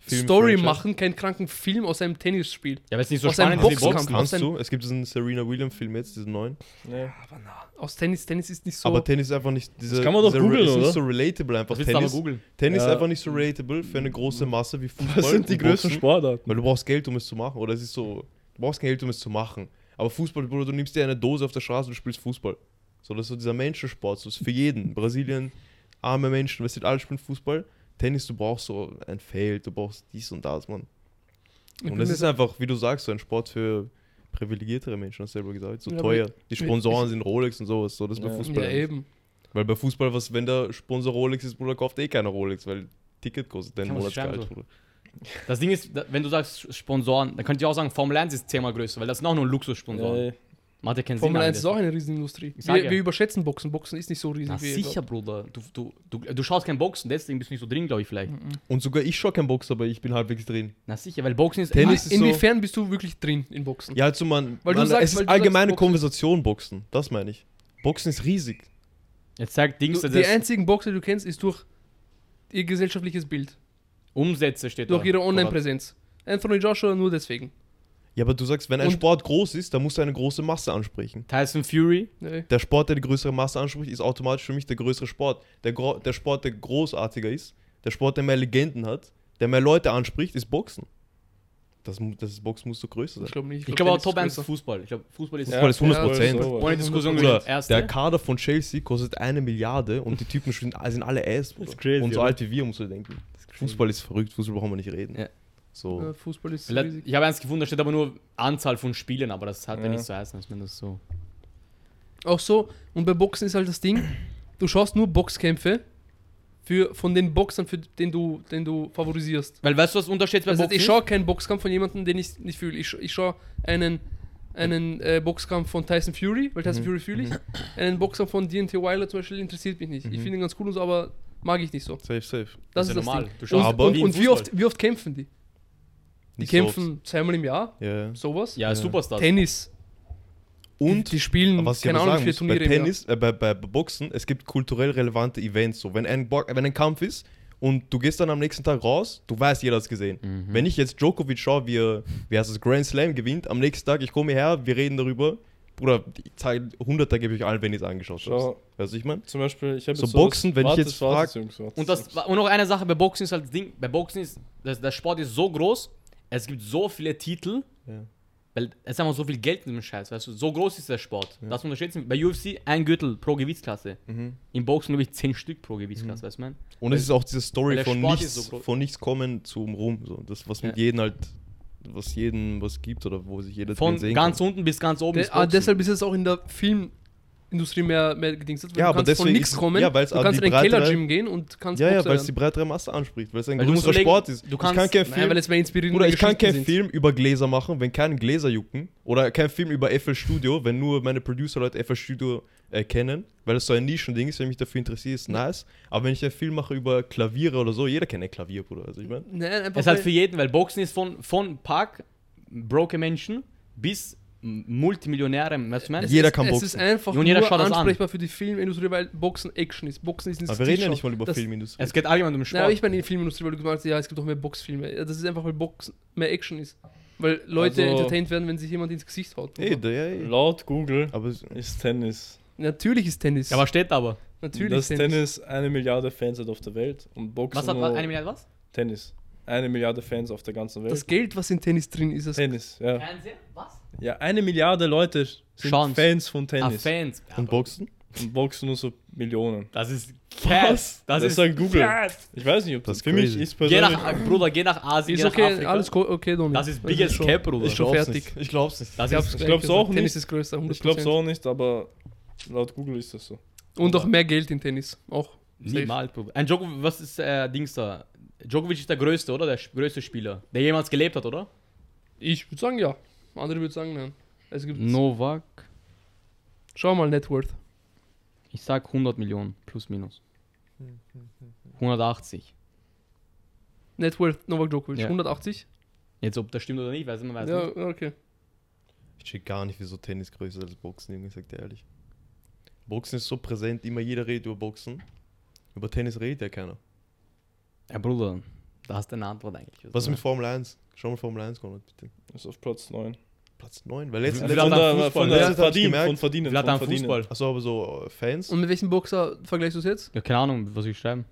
Film- Story Franchise. machen, keinen kranken Film aus einem Tennisspiel. Ja, aber es ist nicht so Aus einem spannend wie Boxkampf. Boxen. Kannst Aus du? Es gibt diesen Serena Williams Film jetzt, diesen neuen. ja. Aus Tennis, Tennis ist nicht so. Aber Tennis ist einfach nicht. Diese, kann man doch dieser- googeln, ist oder? nicht so relatable einfach. Was willst du aber Tennis, googeln? Tennis ist Ja. einfach nicht so relatable für eine große Masse wie Fußball. Was sind die und größten Boxen. Sportarten? Weil du brauchst Geld, um es zu machen. Oder es ist so, du brauchst kein Geld, um es zu machen. Aber Fußball, Bruder, du nimmst dir eine Dose auf der Straße und du spielst Fußball. So, das ist so dieser Menschensport. So ist für jeden. Brasilien, arme Menschen, weißt du, alle spielen Fußball. Tennis, du brauchst so ein Feld, du brauchst dies und das, Mann. Ich Und bin es mir ist einfach, wie du sagst, so ein Sport für privilegiertere Menschen, hast du selber gesagt, so Ja, aber teuer. Die ich- Sponsoren sind Rolex und sowas, so das ist bei Ja. Fußball. Ja, nicht. eben. Weil bei Fußball, was, wenn der Sponsor Rolex ist, Bruder, kauft eh keiner Rolex, weil Ticket kostet dein Kann man sich Monatsgehalt, schreiben, so. Bruder. Das Ding ist, da- wenn du sagst Sponsoren, dann könnte ich auch sagen, Formel 1 ist zehnmal größer, weil das sind auch nur Luxussponsor. Äh, Macht ja keinen Formel Sinn. 1 ist auch eine Riesenindustrie. Ich sag Wir, ja. wir überschätzen Boxen. Boxen ist nicht so riesig Na wie sicher, Bruder. Du, du, du, du schaust kein Boxen, deswegen bist du nicht so drin, glaube ich, vielleicht. Und sogar ich schaue kein Boxer, aber ich bin halbwegs drin. Na sicher, weil Boxen ist. Tennis- Ah, ist so- Inwiefern bist du wirklich drin in Boxen? Ja, also man, Weil du sagst- man es weil ist du sagst, allgemeine Boxen- Konversation Boxen, das meine ich. Boxen ist riesig. Jetzt sagt Dings, Du, dass die das einzigen Boxer, die du kennst, ist durch ihr gesellschaftliches Bild. Umsätze steht Durch da. ihre Online-Präsenz. Anthony Joshua nur deswegen. Ja, aber du sagst, wenn ein Und- Sport groß ist, dann musst du eine große Masse ansprechen. Tyson Fury. Nee. Der Sport, der die größere Masse anspricht, ist automatisch für mich der größere Sport. Der, gro der Sport, der großartiger ist, der Sport, der mehr Legenden hat, der mehr Leute anspricht, ist Boxen. Das, mu- das Boxen muss so größer sein. Ich glaube nicht. Also, Ich glaube auch Tennis ist Top 1 größer. Fußball. Ich glaube, Fußball ist. Fußball ist 100%. Fußball ist Ohne Diskussion Bruder, gewinnt. Erste. ne? der Kader von Chelsea kostet eine Milliarde und die Typen sind, sind alle Ass. Bruder. ist crazy, und so oder? alt wie wir, musst du denken. Fußball ist verrückt, Fußball brauchen wir nicht reden. Ja. So. Ja, Fußball ist Le- riesig. Ich habe eins gefunden, da steht aber nur Anzahl von Spielen, aber das hat ja, Ja. nicht so heißen, als wenn das so. Auch so. Und bei Boxen ist halt das Ding, du schaust nur Boxkämpfe für, von den Boxern, für den du, den du favorisierst. Weil weißt du, was unterschätzt bei Das heißt, Boxen? ich ist? schaue keinen Boxkampf von jemandem, den ich nicht fühle. Ich, scha- ich schaue einen, einen äh, Boxkampf von Tyson Fury, weil Mhm. Tyson Fury fühle ich. Einen Boxkampf von D&T Wilder zum Beispiel interessiert mich Mhm. nicht. Ich finde ihn ganz cool und so, aber mag ich nicht so. Safe, safe. Das Das, ist ist das ja normal. Du Ding. schaust und aber- und, wie im und wie, Fußball. oft, wie oft kämpfen die? Die Nicht so kämpfen zweimal im Jahr, Ja, ja. sowas. ja, Superstars. Tennis. Und Die spielen, Aber was ich keine aber Ahnung, vier sagen muss, bei Turniere im Jahr. Tennis, äh, bei, bei Boxen, es gibt kulturell relevante Events. So, wenn ein, Bo- wenn ein Kampf ist und du gehst dann am nächsten Tag raus, du weißt, jeder hat's gesehen. Mhm. Wenn ich jetzt Djokovic schaue, wie, er- wie heißt das, Grand Slam gewinnt, am nächsten Tag, ich komme hierher, wir reden darüber. Bruder, ich zeige 100, da gebe ich allen, wenn ihr es angeschaut habt. Schau. Weißt du, ich meine? Zum Beispiel, ich habe So Boxen, wenn ich jetzt frag- Und, das, und noch eine Sache bei Boxen ist halt das Ding, bei Boxen ist, das, der Sport ist so groß, es gibt so viele Titel, Ja. weil es ist einfach so viel Geld in dem Scheiß, weißt du, so groß ist der Sport. Das unterschätzen wir. Bei UFC ein Gürtel pro Gewichtsklasse. Im Boxen glaube ich 10 Stück pro Gewichtsklasse, weißt du, man? Und es ist auch diese weil Story der von Sport nichts, ist so groß. von nichts kommen zum Ruhm. So. Das, was mit Ja. jedem halt, was jedem was gibt oder wo sich jeder Von drin sehen ganz kann. unten bis ganz oben De ist ah, Boxen. deshalb ist es auch in der Filmindustrie mehr, mehr gedingst. weil Ja, du aber kannst von deswegen nichts ist- kommen. ja, weil es du auch kannst die in den breitere- Keller-Gym gehen und kannst Ja, ja, Boxer weil es die lernen. breitere Masse anspricht, weil es ein Weil du musst größerer überlegen, Sport ist. du ich kann kannst- kein Nein, weil Film es mehr inspirierende Bruder, ich kann Geschichten keinen sind. Film über Gläser machen, wenn keine Gläser jucken. Oder keinen Film über FL Studio, wenn nur meine Producer-Leute FL Studio äh, kennen. Weil das so ein Nischending ist, wenn mich dafür interessiert, ist nice. Aber wenn ich einen Film mache über Klaviere oder so, jeder kennt ein Klavier, Bruder. Also ich meine, Nein, einfach Es ist halt weil- für jeden, weil Boxen ist von, von Park, broke Menschen bis M- Multimillionäre, weißt du, man? es jeder ist, kann Es ist boxen. einfach Und jeder nur schaut das an. ansprechbar für die Filmindustrie, weil Boxen Action ist. Boxen ist aber wir reden ja Show. nicht mal über das, Filmindustrie. Es geht allgemein um Sport. Nein, aber ich meine die Filmindustrie, weil du gesagt hast, ja, es gibt auch mehr Boxfilme. Ja, Das ist einfach, weil Boxen mehr Action ist. Weil Leute Also- entertained werden, wenn sich jemand ins Gesicht haut. Ey, da, ja, ey. Laut Google Aber es- ist Tennis. Natürlich ist Tennis. ja, was steht da aber? natürlich dass ist Tennis. Tennis eine Milliarde Fans hat auf der Welt und Boxen Was hat nur was, eine Milliarde was? Tennis. Eine Milliarde Fans auf der ganzen Welt. Das Geld, was in Tennis drin ist, das Tennis, ja. Fernseher? Was? Ja, eine Milliarde Leute sind Schauen. Fans von Ah, Tennis. Fans. Ja, und Boxen? Und Boxen nur so Millionen. Das ist Cass. Das, ist. sagt Google. Ich weiß nicht, ob Das das, ist für crazy. mich ist Geh persönlich. nach, Bruder, geh nach Asien. ist geh nach okay, Afrika. alles co- okay, Domi. Das ist biggest schon- Cap, Also Bruder. Ist schon glaub's fertig. nicht. Ich glaub's nicht. Das Ich hab's ist, gleich glaub's gesagt. auch Tennis nicht. ist größer, 100%. Ich glaube es auch nicht, aber laut Google ist das so. Und auch mehr Geld in Tennis. Auch. niemals, Bruder. Ein Djokovic, was ist äh, Dings da? Djokovic ist der größte, oder? Der sch- größte Spieler, der jemals gelebt hat, oder? Ich würde sagen, ja. Andere würden sagen, nein. Es gibt. Novak. Schau mal, Net Worth. Ich sag 100 Millionen, plus minus. 180. Net Worth, Novak Djokovic. Ja. Also 180? Jetzt, ob das stimmt oder nicht, weiß man weiß ja, nicht. ja, okay. Ich check gar nicht, wieso Tennis größer ist als Boxen, Junge, ich sag dir ehrlich. Boxen ist so präsent, immer jeder redet über Boxen. Über Tennis redet ja keiner. Ja, Bruder, da hast du eine Antwort eigentlich. Also, Was ist mit Formel 1? Schau mal Formel 1, Konrad, bitte. Ist auf Platz 9. Platz 9, weil letztes Von letztes der- Mal- Fußball. von Ja, das hab der ich Verdienen, gemerkt. von Verdienen. Vlad von am Verdienen. Fußball. Achso, aber so äh, Fans. Und mit welchem Boxer vergleichst du es jetzt? Ja, keine Ahnung, was ich schreiben.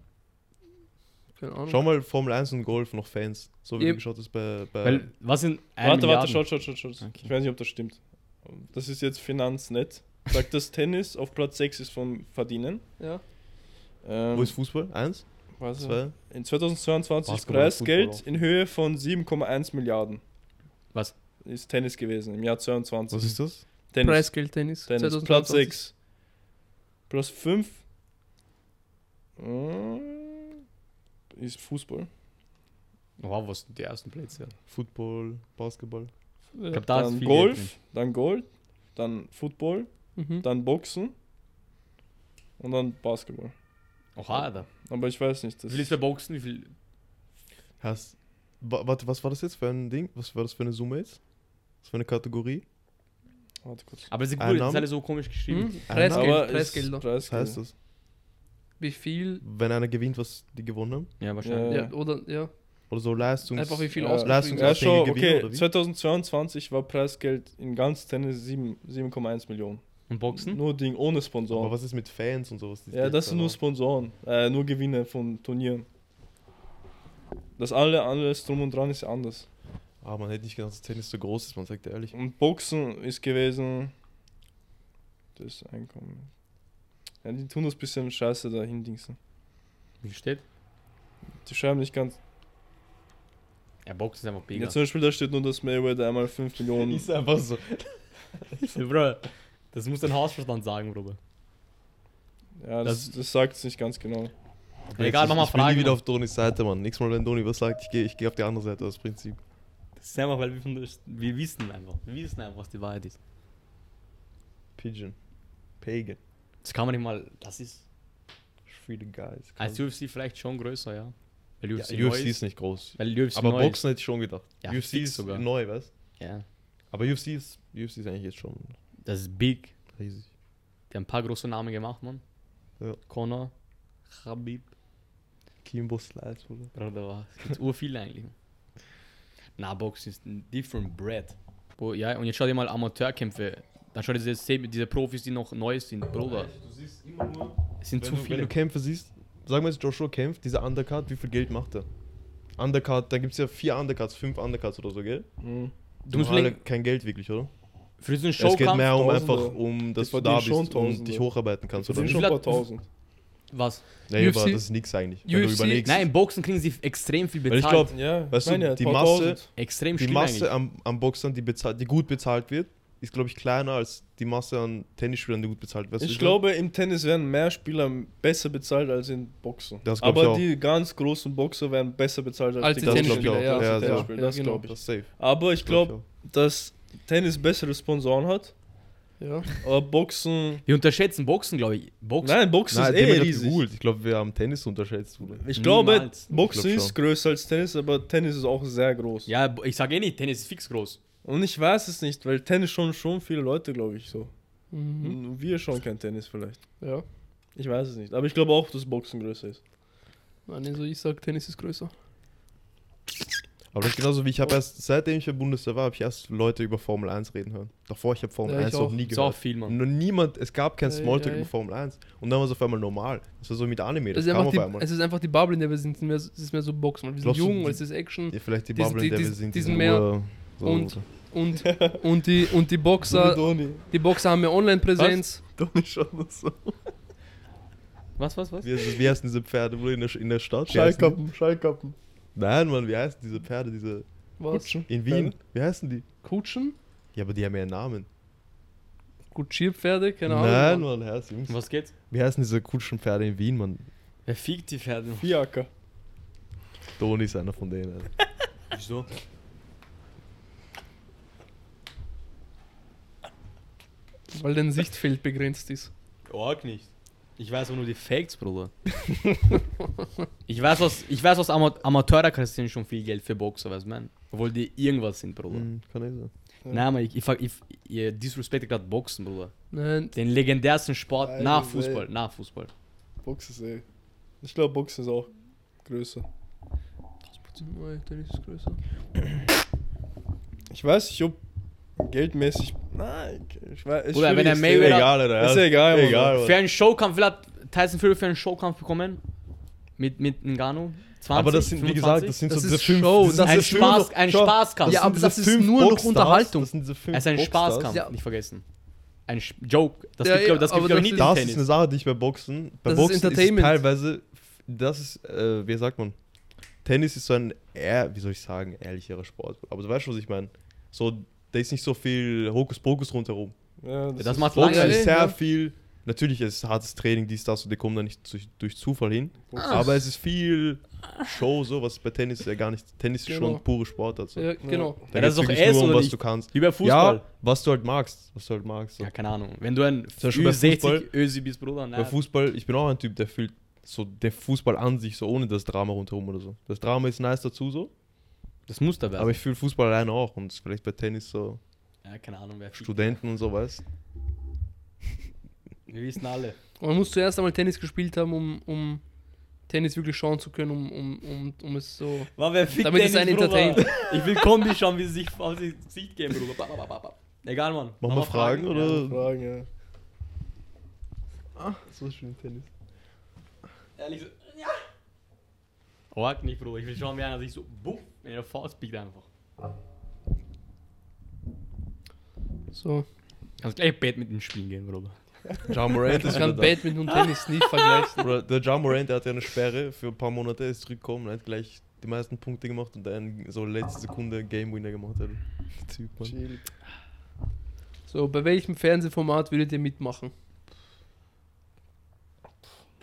Keine Ahnung. Schau mal Formel 1 und Golf noch Fans. So wie Ja. du geschaut hast bei. bei Weil, was sind. eine Äh, Warte, warte, Milliarde? schaut, schaut, schaut, schaut. Okay. Ich weiß nicht, ob das stimmt. Das ist jetzt Finanznet. Sagt, dass Tennis auf Platz 6 ist vom Verdienen. Ja. Ähm, Wo ist Fußball? Eins? weiß ich Zwei? In 2022 Basketball, Preisgeld Football in Höhe von 7,1 Milliarden. Was? Ist Tennis gewesen im Jahr 22. Was ist das? Tennis. Preisgeld Tennis. Tennis. 2022. Platz 6. Platz 5. Ist Fußball. Wow, was sind die ersten Plätze? Football, Basketball. Ich glaube, Dann Golf, dann Gold, dann Football, Mhm. dann Boxen und dann Basketball. Oha, Alter. Aber ich weiß nicht. Das Wie viel ist bei Boxen? Wie viel? Hast, wa- warte, was war das jetzt für ein Ding? Was war das für eine Summe jetzt? Was für eine Kategorie? Warte kurz. Aber das ist Einnahmen? gut, das ist alles so komisch geschrieben. Mhm. Preisgeld, Aber ist Preisgelder. Was Preisgeld. heißt das? Wie viel? Wenn einer gewinnt, was die gewonnen haben? Ja, Ja. wahrscheinlich. Ja, oder, ja. Oder so Leistungs... Einfach wie viel Ja. ausgeschrieben Leistungs- Ja, Leistungsabhängige schon, Gewinne, okay. oder wie? 2022 war Preisgeld in ganz Tennis sieben- 7,1 Millionen. Und Boxen? Nur Ding, ohne Aber Sponsoren. was ist genau? mit Fans und sowas? die Ja, sich das sind nur dann- Sponsoren. Äh, nur Gewinne von Turnieren. Das alle, alles drum und dran ist anders. Ah, man hätte nicht gedacht, dass Tennis so groß ist, man sagt ehrlich. Und Boxen ist gewesen. Das Einkommen. Ja, die tun das bisschen scheiße dahin, Dingsen. Wie viel steht? Die schreiben nicht ganz. Ja, Boxen ist einfach mega. Ja, zum Beispiel, da steht nur, dass Mayweather einmal 5 Millionen. Ist einfach so. Bro, das muss dein Hausverstand sagen, Bruder. Ja, das, das sagt es nicht ganz genau. Egal, mach ich, mal ich bin Fragen. nie wieder auf Donis Seite, Mann. Nächstes Mal, wenn Doni was sagt, ich gehe ich geh auf die andere Seite, das Prinzip. Das ist einfach, weil wir, von der, wir wissen einfach. Wir wissen einfach, was die Wahrheit ist. Pigeon. Pagan. Das kann man nicht mal. Das ist. Viele Guys. Als UFC vielleicht schon größer, ja. Weil Ja, UFC, UFC neu ist. ist nicht groß. Weil UFC Aber neu Boxen hätte ich schon gedacht. Ja, UFC fix ist sogar. neu, weißt Ist. Ja. Aber UFC ist, UFC ist eigentlich jetzt schon Das ist big. riesig. Die haben ein paar große Namen gemacht, Mann. Ja. Conor, Khabib. Kimbo Slice, oder? Bruder, was? Es gibt ur viele eigentlich. Na, Boxen ist ein different bread. Boah, ja, und jetzt schau dir mal Amateurkämpfe. Dann schau dir diese, Szene- diese Profis, die noch neu sind, Bruder. Du siehst immer nur, Es sind wenn, zu du, wenn viele. du Kämpfe siehst, sagen wir jetzt Joshua kämpft, dieser Undercard, wie viel Geld macht er? Undercard, da gibt es ja vier Undercards, fünf Undercards oder so, gell? Mhm. Du musst Du musst alle überlegen- kein Geld wirklich, oder? Für diesen es geht Showkampf. mehr um Tausende. einfach, um dass Die du da verdienen bist schon und Tausende. dich hocharbeiten kannst, Das oder sind nicht? schon ein paar Vielleicht- tausend. was? Naja, aber UFC das ist nichts eigentlich, wenn du überlegst. Nein, im Boxen kriegen sie extrem viel Weil bezahlt. ich glaub, Ja, Weißt du, meine ja, die paar Masse- tausend. extrem die schlimm eigentlich. Masse am, am Boxern, die, bezahlt, die gut bezahlt wird, ist, glaube ich, kleiner als die Masse an Tennisspielern, die gut bezahlt wird. Weißt du, wie Ich meine? glaube, im Tennis werden mehr Spieler besser bezahlt als in Boxen. Das glaub ich Aber auch. die ganz großen Boxer werden besser bezahlt als, Als die ganz Das glaub ich kleinen. auch. Tennisspieler, ja. Ja, als die ja. Tennisspieler, Ja, das genau. glaub ich. das ist safe. Aber ich Glaub glaube, dass Tennis bessere Sponsoren hat. Ja. Aber Boxen. Wir unterschätzen Boxen, glaube ich. Boxen. Nein, Boxen Nein, ist eh Demir hat riesig. gegoogelt. Ich glaube, wir haben Tennis unterschätzt. Bruder. Ich glaube, Niemals. Boxen Ich glaub ist schon. größer als Tennis, aber Tennis ist auch sehr groß. Ja, bo- ich sage eh nicht, Tennis ist fix groß. Und ich weiß es nicht, weil Tennis schon schon viele Leute, glaube ich, so. Mhm. Nur Wir schauen kein Tennis vielleicht. Ja. Ich weiß es nicht. Aber ich glaube auch, dass Boxen größer ist. Nein, also ich sag, Tennis ist größer. Aber das ist genauso wie ich habe erst, seitdem ich im Bundeswehr war, habe ich erst Leute über Formel 1 reden hören. Davor, ich habe Formel Ja, ich 1 noch auch. nie Ist auch gehört. viel, Mann. Nur niemand, es gab kein Ei, Smalltalk ei. über Formel 1. Und dann war es auf einmal normal. Das war so mit Anime, das, Es ist, kam einfach auf die, einmal. es ist einfach die Bubble, in der wir sind. Es ist mehr, es ist mehr so Boxen. weil Wir sind Glaubst du, jung, die- es ist Action. Ja, vielleicht die die- Bubble, die- in der die- wir sind, die sind diese mehr- Ur- so und- Und, und, die, und die Boxer, Doni. die Boxer haben mehr Online-Präsenz. Donny schaut das so. Was, was, was? Wie, heißt- wie heißen diese Pferde, Bruder, in der, in der Stadt? Wie heißen die? Schallkappen, Schallkappen. Nein, Mann, wie heißen diese Pferde, diese... Was? In Wien, wie heißen die? Kutschen? Ja, aber die haben ja einen Namen. Kutschierpferde? Keine Ahnung. Nein, Mann. Mann, Herz, Jungs. Um was geht's? Wie heißen diese Kutschenpferde in Wien, Mann? Wer fiegt die Pferde? Fiaker. Doni ist einer von denen. Alter. Wieso? Weil dein Sichtfeld begrenzt ist. Org nicht. Ich weiß auch nur die Facts, Bruder. ich weiß aus, ich weiß aus Ama Amateure kassieren schon viel Geld für Boxer, weißt du, man. Obwohl die irgendwas sind, Bruder. Mhm, kann ich sagen. Nein, man, ich, ich, ich, ihr disrespektet gerade Boxen, Bruder. Nein, Den legendärsten Sport Alter, nach ey. Fußball, nach Fußball. Boxen ist eh. Ich glaube, Boxen ist auch größer. nein, Tennis ist größer. Ich weiß nicht, ob geldmäßig. Nein, ich weiß. ist Bruder, wenn der schwieriges Mayweather- Thema. Egal, Alter. Ist ja egal, Mann. egal Mann. Für einen Showkampf, will hat Tyson Fury für einen Showkampf bekommen? Mit, mit Ngannou? 20, Aber das sind, wie gesagt, das sind Das so ist diese fünf. Show, diese- das ein ist nur Spaß, ein schau, Spaßkampf. Ja, sind aber diese das ist fünf nur noch Boxstars, Unterhaltung. Das sind diese fünf es ist ein Boxstars. Spaßkampf, Ja. nicht vergessen. ein Sch- Joke. Das Ja, gibt glaube das aber gibt, glaub ich das nicht im Das ist eine Tennis. Sache, die ich bei Boxen. Bei Das ist Boxen ist, es Entertainment. teilweise. f- Das ist, äh, wie sagt man? Tennis ist so ein eher, wie soll ich sagen, ehrlicherer Sport. Aber du weißt schon, was ich meine. So, da ist nicht so viel Hokuspokus rundherum. Ja, Das, das das ist- macht Boxen Langweilig, ist sehr ja. viel. Natürlich es ist hartes Training, dies, das und die kommen da nicht durch, durch Zufall hin. Ah. Aber es ist viel Show, so was bei Tennis ja gar nicht. Tennis ist Genau. schon pure Sportart. So. Ja, genau. Ja, Da das geht's ist doch wirklich S, nur um, oder was nicht? du kannst. Wie bei Fußball. Ja, was du halt magst. Was du halt magst. So. Ja, keine Ahnung. Wenn du ein ja schon bei Fußball. Ü60 Ösi bist, Bruder, Bei nein. Fußball, ich bin auch ein Typ, der fühlt so der Fußball an sich, so ohne das Drama rundherum oder so. Das Drama ist nice dazu so, Das muss dabei aber ich fühle Fußball alleine auch und vielleicht bei Tennis so Ja, keine Ahnung, wer fickt. Studenten und so, weißt Wir wissen alle. Man muss zuerst einmal Tennis gespielt haben, um, um Tennis wirklich schauen zu können, um, um, um, um es so. Mann, wer fickt Damit Dennis, ist ein Bruder? Entertain. Ich will Kombi schauen, wie sie sich auf sich Sicht geben, Bruder. Ba, ba, ba, ba, ba. Egal, Mann. Machen wir Fragen Ja. oder? Fragen, ja. Ah, so schön Tennis. Ehrlich so. Ja. Org nicht, Bruder. Ich will schauen, wie einer sich so. Buff, in der Faust biegt einfach. so. Kannst gleich Bett mit ihm spielen gehen, Bruder. Ja Morant Man ist wieder kann da. Badminton und Tennis nicht vergleichen. Oder der Ja Morant, der hat ja eine Sperre für ein paar Monate, ist zurückgekommen und hat gleich die meisten Punkte gemacht und dann so letzte Sekunde Game Winner gemacht hat. Typ, Mann. Chill. So, bei welchem Fernsehformat würdet ihr mitmachen?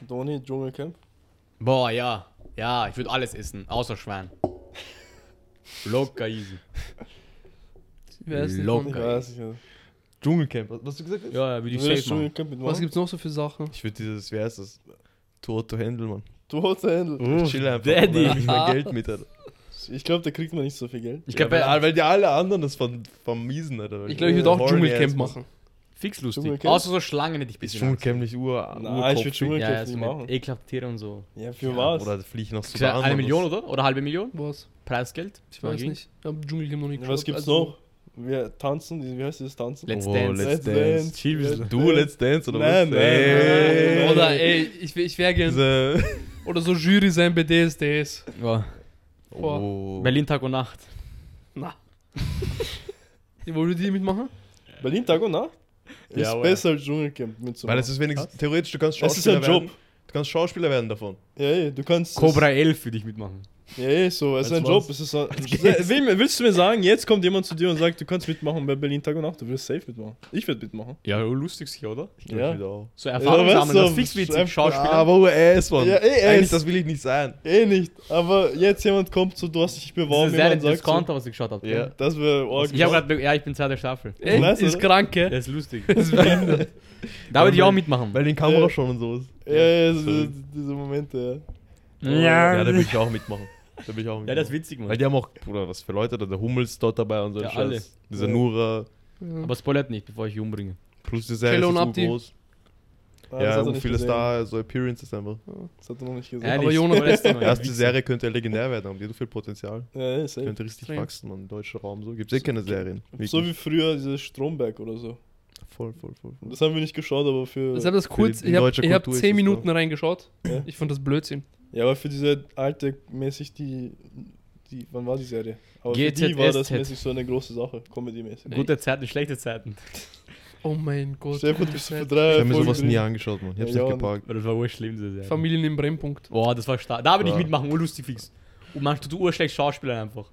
Donny, Dschungelcamp. Boah, ja. Ja, ich würde alles essen, außer Schwein. Locker easy. Wer ist denn Locker. Ich Geil. weiß nicht. Also. Dschungelcamp, was, was du gesagt hast? Ja, ja, würde ich Du willst safe machen. Dschungelcamp mitmachen? Was gibt's noch so für Sachen? Ich würde dieses, wer ist das? Tour to Handle, Mann. Du holst ein Händel. Ich chill einfach, Daddy. weil ich mein Geld mit hat. Ich glaube, da kriegt man nicht so viel Geld. Ich Ja, glaube, weil, ja, weil die alle anderen das ver vermiesen, Alter. Ich glaube, ich Oh, würde auch Dschungelcamp machen. fix lustig. Dschungelcamp? Außer so Schlangen hätte ich ein Ist bisschen. Angst. Dschungelcamp nicht ur Na, ich würde urkopfig? Ja, Dschungelcamp ja, nicht so mit machen. ekelhaft Tiere und so. Ja, für was? Oder fliege ich nach Sudan. Eine Mann, Million, das- oder? Oder halbe Million? Was? Preisgeld? Ich weiß nicht. Ich habe Dschungelcamp noch nicht Ja, was gibt's also- noch? Wir tanzen, wie heißt dieses Tanzen? Let's Oh, Dance. Let's Let's Dance. Dance. Chill, Let's wieso? Du, Let's Dance, oder Nein, was? nein, Ey. nein. Äh, Oder ey, ich, wär- ich wäre gern. Diese- Oder so Jury sein bei DSDS. Ja. Oh. Berlin Tag und Nacht. Na. Wollt ihr die mitmachen? Berlin Tag und Nacht? Ist aber- besser als Dschungelcamp mitzumachen. Weil es ist wenigstens, theoretisch, du kannst Es ist ein Schauspieler Job. werden. Du kannst Schauspieler werden davon. ja, ja, du kannst. Cobra 11 würde ich mitmachen. Es, ja, ja, so, es ist Als ein was? Job. Es ist ein, Will mir- willst du mir sagen, jetzt kommt jemand zu dir und sagt, du kannst mitmachen bei Berlin Tag und Nacht, du wirst safe mitmachen. Ich werde mitmachen. Ja, lustig sicher, oder? Ich glaub, Ja. ich wieder auch. So Erfahrung Ja, was sammeln, das so? ist fix witzig. Ja, Schauspieler. Ja, aber US, Mann. Ja, ey, Eigentlich, es- das will ich nicht sein. Eh nicht, aber jetzt jemand kommt zu, du hast dich das beworben, ist sehr jemand das sagt. So, Discounter, was ich geschaut habe. Ja. das wäre org. Ich habe gerade, ja, ich bin Zeit der Staffel. Ey, Weißt du, ist ne? krank, Der gell? ist lustig. Ist behindert. Da würde ich auch mitmachen. Weil den Kamera Ja. schon und sowas. Ja, ja, so, diese Momente, ja. ja da will ich auch mitmachen. Da will ich auch mitmachen. Ja, das ist witzig, Weil Mann. die haben auch, Bruder, was für Leute da, der Hummels dort dabei und so. ein Ja, Scheiß. alle. Dieser Nura, Aber spoilert nicht, bevor ich ihn umbringe. plus die Serie Cello und ist so Abdi. groß. Ah, das Ja, hat er und nicht viele gesehen. Star, so Appearances einfach. Das hat er noch nicht gesehen. Ehrlich, Aber Jonas- spoilerst du mal. Erste Serie könnte ja legendär werden, haben die hat so viel Potenzial. Ja, ja, safe. Könnte richtig Extrem. wachsen, man, im deutschen Raum so. Gibt's eh keine Serien. So wie früher dieses Stromberg oder so. voll, voll, voll. voll. Das haben wir nicht geschaut, aber für. Ich habe das kurz, Äh, die- die ich habe deutsche hab Kultur ist 10 das Minuten reingeschaut. Ja. Ich fand das Blödsinn. Ja, aber für diese alte mäßig die. die wann war die Serie? Aber für die GZSZ. war das mäßig so eine große Sache, Comedy-mäßig. Gute Zeiten, schlechte Zeiten. Oh mein Gott. Stell dir vor, du bist für Nein. Ich drei habe mir sowas Folgen nie drin. angeschaut, man. Ich Äh, Ja, hab's ja, nicht und- gepackt. Das war urschlimm, diese Serie. Familien im Brennpunkt. Boah, das war stark. Da würde ich Ja. mitmachen, urlustig fix. Und man tut urschlecht Schauspieler einfach.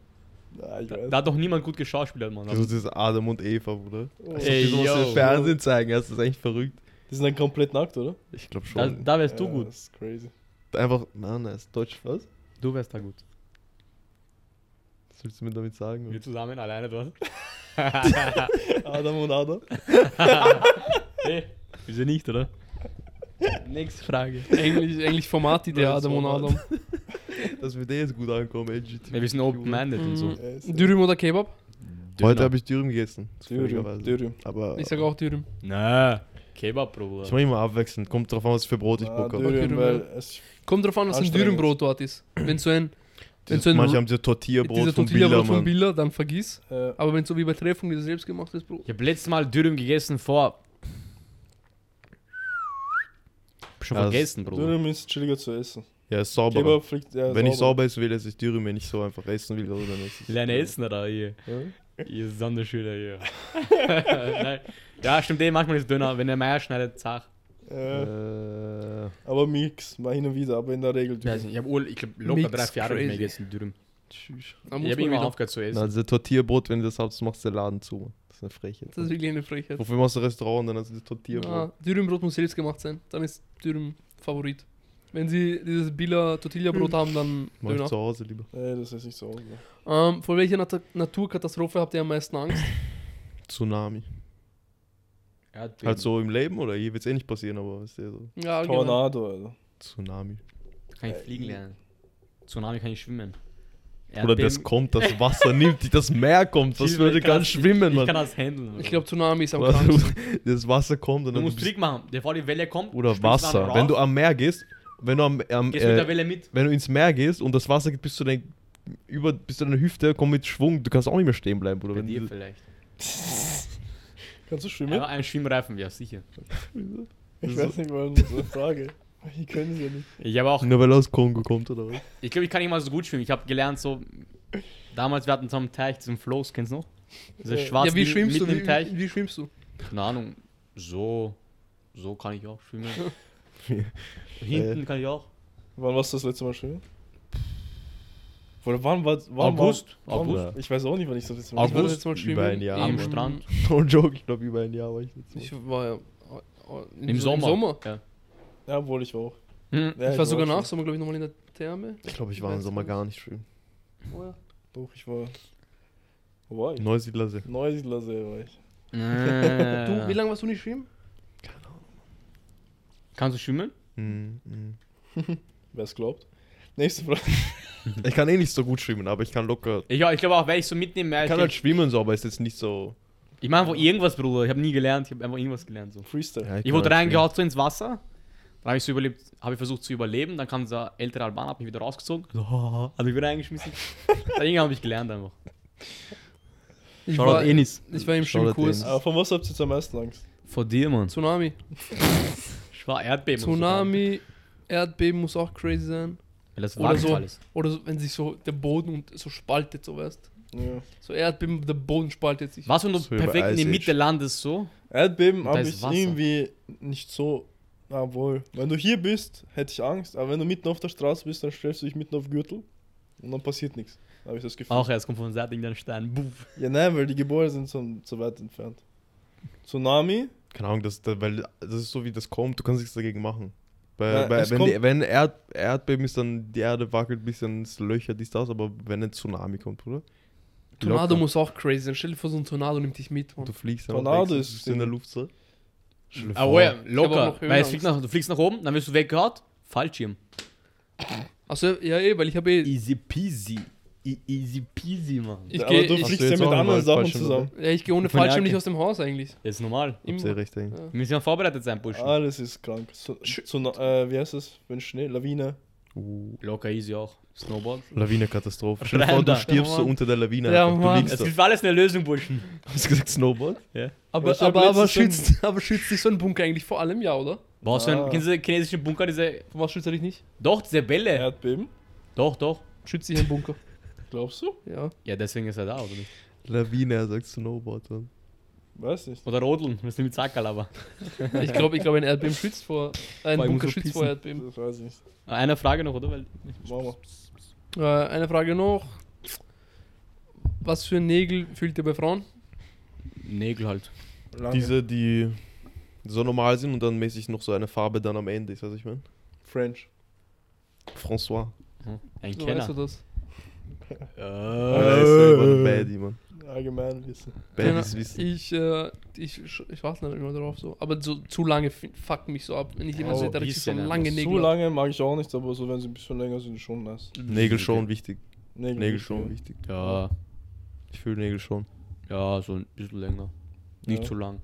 Ah, ich Da, weiß. da hat doch niemand gut geschauspielert, Mann. Das ist dieses Adam und Eva, Bruder. Oh. Ey, die sowas yo. im Fernsehen zeigen, das ist echt verrückt. Die sind dann komplett nackt, oder? Ich glaube Da, schon. da wärst du Ja, gut. Das ist crazy. Einfach, Mann, das ist deutsch, was? Du wärst da gut. Was willst du mir damit sagen? Wir zusammen, alleine dort. Adam und Adam. hey, wieso nicht, oder? Nächste Frage. Eigentlich, eigentlich Format, der Neues Adam und Format. Adam. Dass wir dir jetzt gut ankommen, LGT. Wir sind open-minded und so. Mhm. Ja, ist- Dürüm oder Kebab? Heute habe ich Dürüm gegessen. Dürüm. zufälligerweise. Dürüm. Aber Ich sage auch Dürüm. Na, Kebab, Bruder. ich mache immer abwechselnd. Kommt drauf an, was für Brot ich Ah, Bock habe. Dürüm, Dürüm, weil ja. es. Kommt drauf an, was ein Anstrengend. Dürümbrot dort ist. Wenn so ein, wenn Dieses- so ein manche R- haben diese Tortilla-Brot dieser von Tortilla Billa, von Mann. Billa, dann vergiss. Äh, Aber wenn so wie bei Treffung dieses selbstgemachtes Brot. Ich habe letztes Mal Dürüm gegessen vor. Schon Ja, das- vergessen, Bruder. Dürüm ist chilliger zu essen. Ja, ist sauber. Kebab fliegt. Ja, wenn ich sauber. sauber essen will, esse ich Dürüm. Wenn ich so einfach essen will, also dann esse ich. Lerne essen, oder? Hier. Ihr Sonderschüler hier. Nein. Ja, stimmt, eh, manchmal ist dünner. Wenn der Meier schneidet, zach. Äh, aber Mix, mal hin und wieder, aber in der Regel. Ich weiß nicht, ich habe Ur, ich glaube, locker Mix drei, vier Jahre nicht mehr crazy. gegessen, Dürüm. Da Ich muss habe man irgendwann wieder. aufgehört zu essen. Na, dieser Tortierbrot, wenn du das habt, machst du den Laden zu. Das ist eine Frechheit. Das ist wirklich eine Frechheit. Wofür machst du ein Restaurant und dann hast du das Tortierbrot? Ah, Dürümbrot muss selbst gemacht sein. Dann ist Dürüm Favorit. Wenn sie dieses Billa Tortilla Brot haben, dann Hm. Mach ich Döner. zu Hause lieber. Nee, das ist nicht so. Ne? Ähm, vor welcher Nat Naturkatastrophe habt ihr am meisten Angst? Tsunami. Erdbeben. Halt so im Leben oder hier wird es eh nicht passieren, aber ist ja so. Ja, allgemein. Tornado, Alter. Tsunami. Kann ich fliegen lernen. Tsunami kann ich schwimmen. Oder das kommt, das Wasser nimmt dich, das Meer kommt, das würde ganz schwimmen, Ich, ich kann Mann. das handeln. Ich glaube, Tsunami ist am Oder krank. du- Das Wasser kommt und du dann musst bist- Trick machen. Bevor die Welle kommt, Oder springst dann Wasser. rauf, Wenn du am Meer gehst, wenn du am, am gehst mit der äh, Welle mit. wenn du ins Meer gehst und das Wasser geht bis zu dein, über bis zu deiner Hüfte, komm mit Schwung, du kannst auch nicht mehr stehen bleiben, oder? Bei Wenn dir du, vielleicht. Kannst du Ne? schwimmen? Ja, ein Schwimmreifen, ja, sicher. ich weiß nicht, warum das so eine Frage. Die können sie ja nicht. Ich habe auch nur weil er aus Kongo kommt, oder was? Ich glaube, ich kann nicht mal so gut schwimmen. Ich habe gelernt, so. Damals, wir hatten so einen Teich, diesen Floß, kennst du noch? Dieses schwarze Äh, Ja, wie schwimmst du? mitten Wie, im Teich. wie schwimmst du? Keine Ahnung. So, so kann ich auch schwimmen. Hinten kann ich auch. Wann warst du das letzte Mal schwimmen? Oder wann war. Wann war- August. wann war- August. Ich weiß auch nicht, wann ich das letzte Mal Ich war das August, letzte Mal schwimmen. über ein Jahr am im- Strand. No joke, ich glaube über ein Jahr war ich jetzt. Ich war ja. äh, äh, Im Sommer. Ja. Ja, obwohl ich war auch. Hm. Ja, Ich war sogar auch nach schon. Sommer, glaube ich, nochmal in der Therme. Ich glaube, ich war im Sommer gar nicht schwimmen. Oh, ja. Doch, ich war. Wo war ich? Neusiedlersee. Neusiedlersee war ich. Du, wie Äh, lange warst du nicht schwimmen? Kannst du schwimmen? Mhm, mhm. Wer es glaubt. Nächste Frage. Ich kann eh nicht so gut schwimmen, aber ich kann locker. Ich, ja, ich glaube auch, wenn ich so mitnehme, Ich ich, kann halt ich, schwimmen, so, aber es ist jetzt nicht so. ich mache einfach irgendwas, Bruder. Ich habe nie gelernt. Ich habe einfach irgendwas gelernt. So. Freestyle. Ich halt wurde reingehaut so ins Wasser. Dann habe ich so überlebt, habe ich versucht zu überleben. Dann kam dieser ältere Albaner, hat mich wieder rausgezogen. So, hat mich wieder reingeschmissen. Dann irgendwann habe ich gelernt einfach. Ich Shoutout war, Enis. ich war im Shoutout Schwimmkurs. Enis. Aber von was habt ihr jetzt am meisten Angst? Vor dir, Mann. Tsunami. Ich war Erdbeben. Tsunami, Erdbeben muss auch crazy sein. Weil das Oder war so. so. alles. Oder so, wenn sich so der Boden und so spaltet, so weißt. Ja. So Erdbeben, der Boden spaltet sich. Was, wenn du So über perfekt in die Ice Mitte Age. landest, so? Erdbeben Da habe ist ich Wasser. irgendwie nicht so. Na wohl. Wenn du hier bist, hätte ich Angst. Aber wenn du mitten auf der Straße bist, dann stellst du dich mitten auf den Gürtel und dann passiert nichts. Habe ich das Gefühl. Auch erst kommt von der Seite irgendein Stein. Buff. Ja, nein, weil die Gebäude sind so, so weit entfernt. Tsunami, Keine Ahnung, das, da- weil das ist so wie das kommt, du kannst nichts dagegen machen. Bei, Ja, bei, es wenn die, kommt- wenn Erd, Erdbeben ist, dann die Erde wackelt ein bisschen, es Löcher, dies, das, aber wenn ein Tsunami kommt, Bruder. Tornado locker. muss auch crazy sein. Stell dir vor, so ein Tornado nimmt dich mit. Mann. Du fliegst Tornado weg, ist bist in der Luft so. Stell dir Ah, vor, oh ja, aber locker. noch Weil es Höhenangst. fliegt nach, du fliegst nach oben, dann wirst du weggehaut. Fallschirm. Achso, ja, eh, weil ich habe eh. Easy peasy. E easy peasy, Mann. Ich aber gehe du Hast ich, fliegst du ja jetzt mit auch einen anderen Sachen Waldfallschirm zusammen. ja, ich geh ohne Von der Fallschirm nicht Ecke. aus dem Haus eigentlich. Das ist normal. Habt ihr eh recht, eigentlich. Wir müssen ja vorbereitet sein, Bullshit. Alles Ah, ist krank. So, Tsun- äh, wie heißt es? Wenn Schnee, Lawine. Locker easy auch. Snowboard. Lawine-Katastrophe. Stell dir vor, du Render. stirbst Ja, so Mann. unter der Lawine. Ja, einfach. Mann. Es Du liegst da. gibt für alles eine Lösung, Burschen. Hast du gesagt Snowboard? Aber, ich hab aber, aber, letztens so ein- schützt, aber schützt dich so ein Bunker eigentlich vor allem, ja, oder? Brauchst du Ah. einen, kennst du den chinesischen Bunker, diese. Vor was schützt er dich nicht? Doch, diese Welle. Erdbeben. Doch, doch. Schützt dich ein Bunker. Glaubst du? ja. Ja, deswegen ist er da, oder nicht? Lawine, er sagt Snowboard. Mann. Weiß nicht. Oder Rodeln, das ist mit Zackerlaber. Ich glaube, ich glaub, ein Erdbeben schützt vor. äh, Weil ich Ein muss Bunker so schützt vor pissen. Erdbeben. Das weiß ich nicht. Eine Frage noch, oder? Weil Mama. Äh, eine Frage noch. Was für Nägel fühlt ihr bei Frauen? Nägel halt. Lange. Diese, die so normal sind und dann mäßig noch so eine Farbe dann am Ende ist, was ich meine. French. François. Hm. Ein So weißt du Kenner. das? Äh. Ist ja immer ein Baddie, Mann. Allgemeinwissen. Baddies Genau. wissen. Ich, äh, ich, sch- ich warte nicht immer drauf so. Aber so, zu lange f- fuckt mich so ab. Wenn ich jemanden Oh, sehe, der wie richtig ist so der denn? lange Nägel Zu hat. lange mag ich auch nicht, aber so, wenn sie ein bisschen länger sind, ist schon nice. Nägel schon wichtig. Nägel, Nägel schon wichtig. Ja, Ich fühle Nägel schon. ja, so ein bisschen länger. Nicht Ja. zu lang.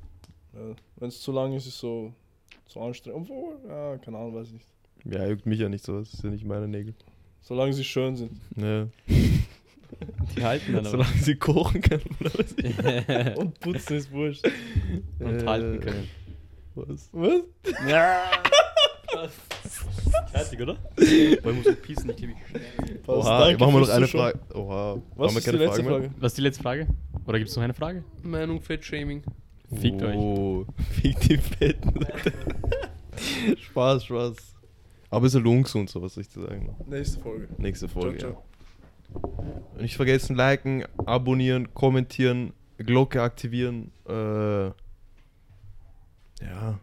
Ja. Wenn es zu lang ist, ist so zu anstrengend. Obwohl, ja, keine Ahnung, weiß nicht. Ja, juckt mich ja nicht so. Das sind ja nicht meine Nägel. Solange sie schön sind. Ne. Die halten dann aber. Solange sie kochen können oder was? ich- Und putzen ist wurscht. Und halten können. Äh, Was? Was? Fertig, oder? Man muss pissen, ich Passt. Oha, machen wir fürs noch eine Zuschauen. Frage. Oha. Was haben wir ist die letzte Fragen mehr? Frage? Was ist die letzte Frage? Oder gibt es noch eine Frage? Meinung Fettshaming. Fickt euch. oh, Fick die Fetten, Alter. Spaß, Spaß. Aber ist ja ungesund, so was soll ich dir sagen. Nächste Folge. Nächste Folge. ciao. ja. Nicht vergessen, liken, abonnieren, kommentieren, Glocke aktivieren. Äh, ja.